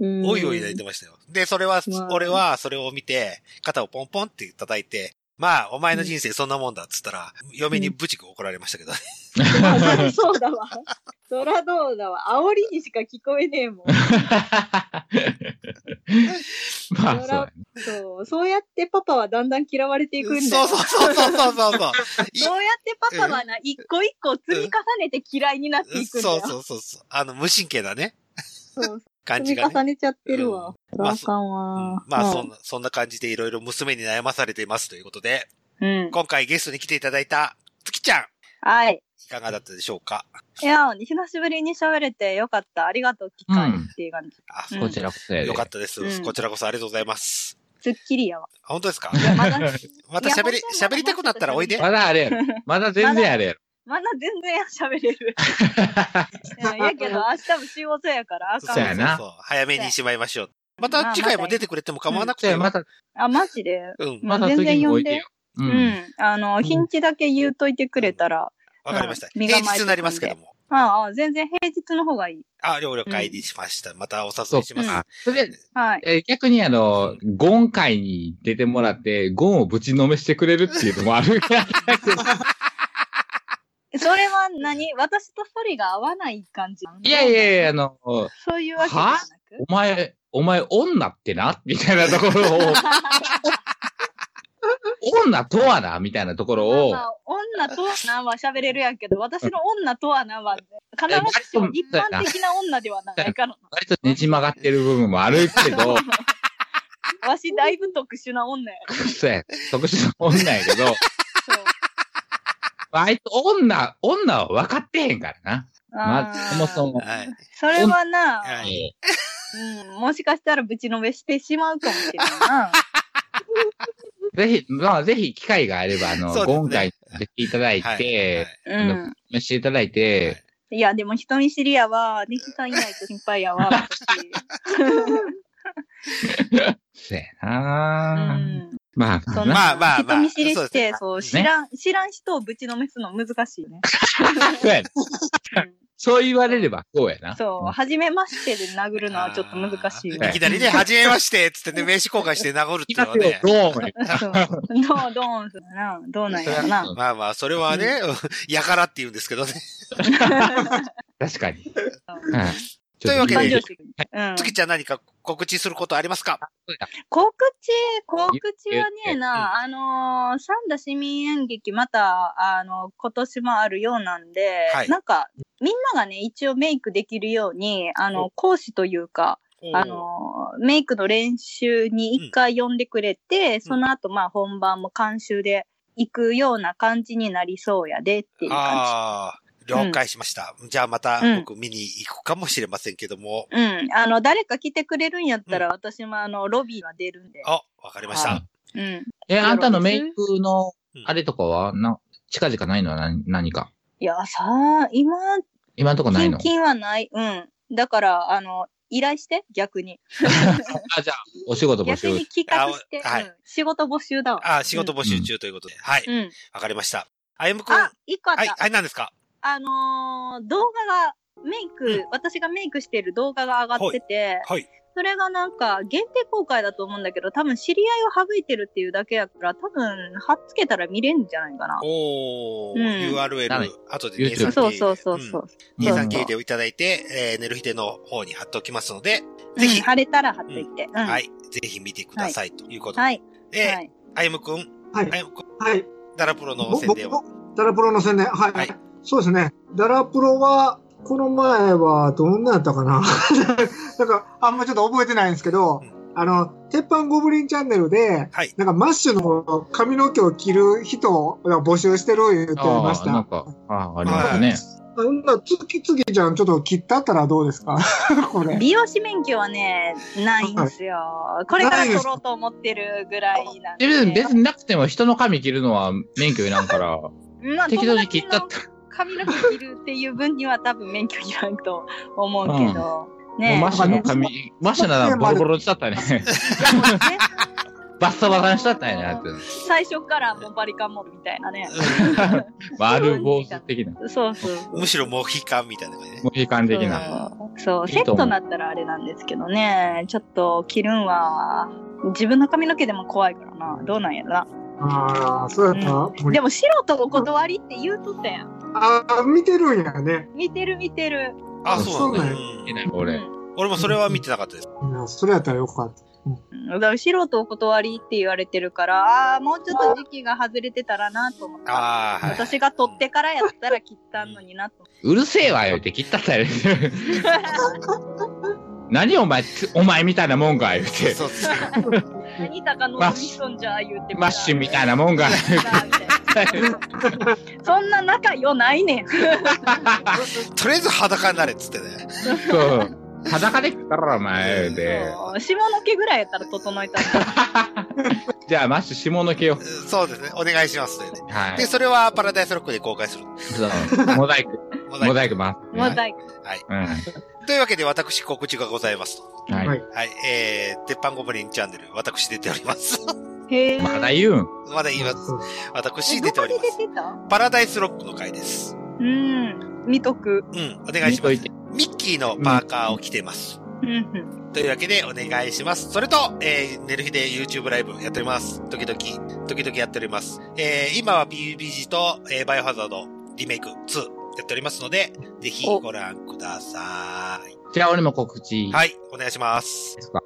Speaker 2: うん。
Speaker 1: おいおい泣いてましたよ。で、それは
Speaker 2: う、わ
Speaker 1: 俺はそれを見て、肩をポンポンって叩いて、まあ、お前の人生そんなもんだっつったら、嫁にブチク怒られましたけど、
Speaker 2: まあそりゃ そうだわ。そらどうだわ。煽りにしか聞こえねえもん。
Speaker 3: まあ、そうやね。
Speaker 2: そう。そうやってパパはだんだん嫌われていくんだよ。
Speaker 1: そうそうそうそうそうそう そう。
Speaker 2: そうやってパパはな、一個一個積み重ねて嫌いになっていくんだ
Speaker 1: そうそ
Speaker 2: よ。
Speaker 1: うそうそう。あの、無神経だね。
Speaker 2: そう
Speaker 1: 感じ
Speaker 2: 積み
Speaker 1: がね。
Speaker 2: 重ねちゃってるわ。
Speaker 1: まあ
Speaker 2: あかんわ
Speaker 1: うん。まあ、そ
Speaker 2: うん
Speaker 1: な、そんな感じでいろいろ娘に悩まされていますということで、
Speaker 2: う。うん。
Speaker 1: 今回ゲストに来ていただいた、月ちゃん、
Speaker 2: はい。
Speaker 1: いかがだったでしょうか
Speaker 2: いや、久しぶりに喋れてよかった。ありがとう、機会っていう感じ。
Speaker 1: あ、
Speaker 2: うん
Speaker 3: こちらこそやで。
Speaker 1: よかったです、
Speaker 2: うん
Speaker 1: こちらこそありがとうございます。
Speaker 2: すっきり やわ。
Speaker 1: あ、本当ですか
Speaker 2: いや、まだ、
Speaker 1: また喋り
Speaker 2: いや、本当
Speaker 1: 喋
Speaker 2: に
Speaker 1: りたくなったらおいで。
Speaker 3: まだあれやろ。まだ全然あれやろ。
Speaker 2: まだ全然喋 れる。うんやけど、明日も仕事やから、あかん
Speaker 3: そう
Speaker 2: わ
Speaker 3: やな
Speaker 1: そうそう早めにしまいましょう。ま
Speaker 2: ま
Speaker 1: た
Speaker 2: あ
Speaker 1: 次回も出てくれても構わなくていい
Speaker 3: じゃ
Speaker 1: よ
Speaker 3: あ、また、
Speaker 2: あ、マジで。
Speaker 1: うん。
Speaker 3: また次に置いてよ。う。
Speaker 2: うんん。あの、日にちだけ言うといてくれたら、
Speaker 1: わかりました。
Speaker 2: うん
Speaker 1: 平日になりますけども。
Speaker 2: ああ、全然平日の方がいい。
Speaker 1: あ、了了解しました。またお
Speaker 3: そ
Speaker 1: 誘
Speaker 3: う
Speaker 1: いします。
Speaker 3: か。それで、
Speaker 2: はい。
Speaker 3: え逆にあの、ゴン会に出てもらって、ゴンをぶちのめしてくれるっていうのもあ るから。
Speaker 2: それは何私とソリが合わない感じなの
Speaker 3: いやいやいや、あの、お
Speaker 2: そういうわけではなく。
Speaker 3: 前、お前女ってなみたいなとこ ろを、女とはなみたいなところ
Speaker 2: まあ
Speaker 3: を
Speaker 2: ま、あ、女とはなは喋れるやけど、私の女とはなは、必ずしも一般的な女ではないから
Speaker 3: 割とねじ曲がってる部分もあるけど、
Speaker 2: な。 わし、だいぶ特殊な女やから。
Speaker 3: そうや、特殊な女やけど、
Speaker 2: そう
Speaker 3: まああいつ女、女は分かってへんからな。 ま
Speaker 2: あ
Speaker 3: あ、
Speaker 2: ー
Speaker 3: そもそも。
Speaker 1: はい。
Speaker 2: それはな、
Speaker 1: はい。
Speaker 2: うん、もしかしたらぶちのめしてしまうかもしれないな。
Speaker 3: ぜひ、まあ、ぜひ機会があれば、あの、
Speaker 1: そうですね
Speaker 3: 今回出ていただい
Speaker 1: はい
Speaker 3: て、
Speaker 2: うん。
Speaker 3: 召していただいて、
Speaker 2: いや、でも人見知りやわ。ネヒさんいないと心 配やわ、私。
Speaker 3: そうや
Speaker 2: う
Speaker 3: な、
Speaker 2: ん。
Speaker 3: まあ、
Speaker 2: そん
Speaker 3: まあ
Speaker 1: まあまあまあ
Speaker 2: な人見知り
Speaker 1: そうで
Speaker 2: し
Speaker 1: す
Speaker 2: て
Speaker 1: ね、
Speaker 2: そう、
Speaker 1: ね
Speaker 2: 知らん、知らん人をぶちのめすの難しいね。
Speaker 3: そうやなそう言われれば、そうや
Speaker 2: うん
Speaker 3: な。
Speaker 2: そう、初めましてで殴るのはちょっと難しい
Speaker 1: あ
Speaker 2: よ
Speaker 1: ーいきなりね、初めまして、つってね、名刺交換して名残るっていう
Speaker 3: 今
Speaker 1: の
Speaker 3: 今
Speaker 1: はね
Speaker 3: 日。どう
Speaker 2: そ
Speaker 3: もよ
Speaker 2: う。どう、どうするな。どうなんやろな。
Speaker 1: まあまあ、それはね、やからって言うんですけどね。
Speaker 3: 確かに。
Speaker 2: そう
Speaker 3: うん
Speaker 1: というわけで
Speaker 2: 感情
Speaker 3: ちょっ
Speaker 2: 主義うん
Speaker 1: 月ちゃん何か告知することありますか
Speaker 2: 告知、告知は
Speaker 3: 言って
Speaker 2: ねな、あのー、三田市民演劇、また、あの、今年もあるようなんで、
Speaker 1: はい
Speaker 2: なんか、みんながね、一応メイクできるように、あの、講師というか、あのメイクの練習に一回呼んでくれて、その後まあ本番も監修で行くような感じになりそうやでっていう感
Speaker 1: ああ、了解しました。じゃあまた僕見に行くかもしれませんけども。
Speaker 2: じ。うん。あの、誰か来てくれるんやったら、私もあの、ロビーは出るんで。
Speaker 1: あ、わかりまし
Speaker 2: は
Speaker 1: た
Speaker 2: い。うん。
Speaker 3: え、あんたのメイクの
Speaker 1: うん、
Speaker 3: あれとかは、な、近々ないのは何何か。
Speaker 2: いや、さあ、今、
Speaker 3: 今のとこない
Speaker 2: 近
Speaker 3: の。
Speaker 2: 々はない。うん。だから、あの、依頼して、逆に。
Speaker 3: あ、じゃあ、お仕事募
Speaker 2: 逆
Speaker 3: 集。
Speaker 2: に企画して、
Speaker 1: あはい
Speaker 2: うん仕事募集だわ。
Speaker 1: あ仕事募集中ということで。はい。
Speaker 2: うん。
Speaker 1: わかりました。あゆむくん。は
Speaker 2: あ、一個あった。
Speaker 1: い、はい、何ですか
Speaker 2: あのー動画が、メイク、私がメイクしてる動画が上がってて、
Speaker 1: はい。
Speaker 2: それがなんか限定公開だと思うんだけど、多分知り合いを省いてるっていうだけやから、多分貼っつけたら見れんじゃないかな。
Speaker 1: おー、
Speaker 2: うん
Speaker 1: URL
Speaker 3: はい、
Speaker 1: 後で
Speaker 3: YouTube
Speaker 1: 23K
Speaker 2: そうそうそ
Speaker 1: う
Speaker 2: うそう。
Speaker 1: ん
Speaker 2: そうそう
Speaker 1: 23K でいただいて、えー、寝る日での方に貼っておきますので、
Speaker 2: うん
Speaker 1: ぜひ、
Speaker 2: 貼れたら貼っといて。うん。は。
Speaker 1: はいい、ぜひ見てくださいということ
Speaker 2: はい。
Speaker 1: で、えーあゆむくん、
Speaker 4: はい
Speaker 1: あ。ゆむくん、
Speaker 4: はい。
Speaker 1: ダラプロの
Speaker 4: ぼ
Speaker 1: 宣伝を。
Speaker 4: 僕ダラプロの宣伝。はい。
Speaker 1: はい
Speaker 4: そうですね。ダラプロは、この前はどんなやったかな なんか、あんまちょっと覚えてないんですけど、
Speaker 1: うん
Speaker 4: あの、鉄板ゴブリンチャンネルで、
Speaker 1: はい
Speaker 4: なんかマッシュの髪の毛を切る人を募集してる言ってまし
Speaker 3: あー
Speaker 4: た。
Speaker 3: なんか、あーありましたね。
Speaker 4: あんな、つきつきちゃん、ちょっと切ったったらどうですか これ。
Speaker 2: 美容師免許はね、ないんですよ。これから取ろうと思ってるぐらいなんで。
Speaker 3: え別に別になくても人の髪切るのは免許いら んから、
Speaker 2: まあ
Speaker 3: 適当に切ったっ
Speaker 2: 友
Speaker 3: て
Speaker 2: 達の髪の毛切るっていう分には多分免許いらんと思うけど。ねえ
Speaker 3: もうマッシュの髪、マッシュならボロボロにしちゃっ たね。
Speaker 2: ね
Speaker 3: バッサバサにしちゃったよね、あって。
Speaker 2: 最初からもうバリカンモードみたいなね。
Speaker 3: 丸坊主的な。
Speaker 2: そうそう。
Speaker 1: むしろモヒカンみたいな感じね。
Speaker 3: モヒカン的な。
Speaker 2: そうそう、
Speaker 3: い
Speaker 2: セ
Speaker 3: い
Speaker 2: ッ
Speaker 3: と思
Speaker 2: ト
Speaker 3: う
Speaker 2: になったらあれなんですけどね、ちょっと着るんは、自分の髪の毛でも怖いからな、どうなんやろな。
Speaker 4: ああ、そうやった、
Speaker 2: でも素人お断りって言うとったやん。
Speaker 4: ああ、見てるんやね。
Speaker 2: 見てる見てる。
Speaker 1: あ、そうなんだ、
Speaker 4: そうな
Speaker 1: うん
Speaker 3: いない俺。
Speaker 1: 俺もそれは見てなかったです。
Speaker 4: いやそれやったらよかった。
Speaker 2: うん、だから素人お断りって言われてるから、ああ、もうちょっと時期が外れてたらなと思った。
Speaker 1: ああ、はい。
Speaker 2: 私が取ってからやったら切ったのになと思っ
Speaker 3: うるせえわよって切っ たったよ。何お前、つお前みたいなもんか言うて。
Speaker 1: そうそう
Speaker 2: て。何高のミソンじゃあ言って
Speaker 3: マッシュみたいなもんが。
Speaker 2: そんな仲良ないねん。
Speaker 1: とりあえず裸になれっつってね。
Speaker 3: そう。裸で食ったらお前言うて。
Speaker 2: そう下の毛ぐらいやったら整えたら。
Speaker 3: じゃあマッシュ下の毛を。
Speaker 1: そうですね。お願いします、ね。
Speaker 3: は
Speaker 1: で、
Speaker 3: い。
Speaker 1: それはパラダイスロックで公開する。
Speaker 3: そうモザイク、
Speaker 1: モ
Speaker 3: モ
Speaker 1: ザ
Speaker 3: ザ
Speaker 1: イ
Speaker 3: イク
Speaker 1: ク。
Speaker 3: マッ
Speaker 2: モザイク。
Speaker 3: うん。
Speaker 1: というわけで、私告知がございますと。
Speaker 3: はい。
Speaker 4: はい。
Speaker 1: はい。えー、鉄板ゴブリンチャンネル、私出ております。
Speaker 2: へえ。
Speaker 3: まだ言うん。
Speaker 1: まだ言います。私
Speaker 2: ど
Speaker 1: 出てお
Speaker 2: こ
Speaker 1: り
Speaker 2: で
Speaker 1: ます。
Speaker 2: 出てた
Speaker 1: パラダイスロックの回です。
Speaker 2: うん。見とく。
Speaker 1: うん、お願いしま
Speaker 3: 見
Speaker 1: す
Speaker 3: とい。て
Speaker 1: ミッキーのパーカーを着てます。
Speaker 2: うんうん。
Speaker 1: というわけで、お願いします。それと、えー、寝る日で YouTube ライブやっております。時々、時々やっております。えー、今は PUBG と、えー、バイオハザードリメイク2やっておりますので、ぜひ
Speaker 2: お
Speaker 1: ご覧くださ
Speaker 3: じゃあ俺も告知。
Speaker 1: い。はい、お願いします。
Speaker 3: ですか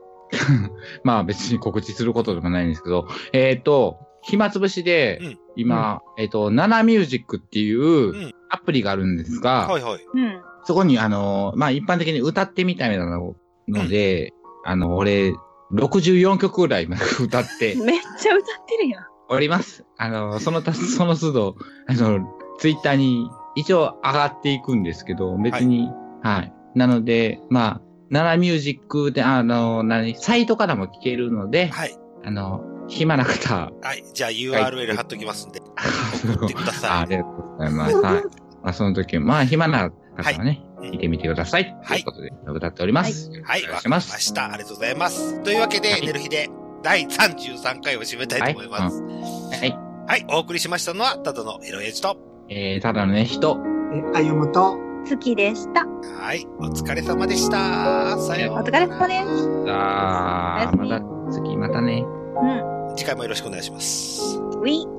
Speaker 3: まあ別に告知することでもないんですけど、えっ、と、暇つぶしで
Speaker 1: うん、
Speaker 3: 今、えっ、と、ナナミュージックっていうんうアプリがあるんですが、
Speaker 1: はいはい。
Speaker 2: うん。
Speaker 3: そこにあの、まあ一般的に歌ってみたいなのので、あの、俺、64曲ぐらい今歌って
Speaker 2: めっちゃ歌ってるやん。
Speaker 3: おります。あの、そのた、その都度、あの、ツイッターに一応上がっていくんですけど、別に、はい。なので、まあ、奈良ミュージックで、あの、何、サイトからも聞けるので、
Speaker 1: はい。
Speaker 3: あの、暇な方、
Speaker 1: はい。じゃあ URL 貼っときますんで、送ってくだ
Speaker 3: ああ
Speaker 1: さい。
Speaker 3: りがとうございます。はい。まあ、その時、まあ、暇な方はね、
Speaker 1: はい
Speaker 3: 聞いてみてください。
Speaker 1: は
Speaker 3: はいい。ということで、歌っております。
Speaker 1: はい、
Speaker 3: お
Speaker 1: わ
Speaker 3: 願
Speaker 1: か
Speaker 3: い
Speaker 1: り
Speaker 3: し
Speaker 1: ま
Speaker 3: ます。
Speaker 1: した。ありがとうございます。というわけで、
Speaker 3: はい
Speaker 1: 寝る日で第33回を締めたいと思います。
Speaker 3: はい。うんはい
Speaker 1: はい、お送りしましたのは、ただのエロエジと。
Speaker 3: えー、ただのね、人、
Speaker 4: え歩むと、
Speaker 2: 好きでした。
Speaker 1: はい、お疲れ様でした。さようなら。
Speaker 2: お疲れ様です。
Speaker 3: あ
Speaker 2: お
Speaker 3: ー
Speaker 2: やすみ
Speaker 3: また、次、またね。
Speaker 2: うん。
Speaker 1: 次回もよろしくお願いします。
Speaker 2: ウィー。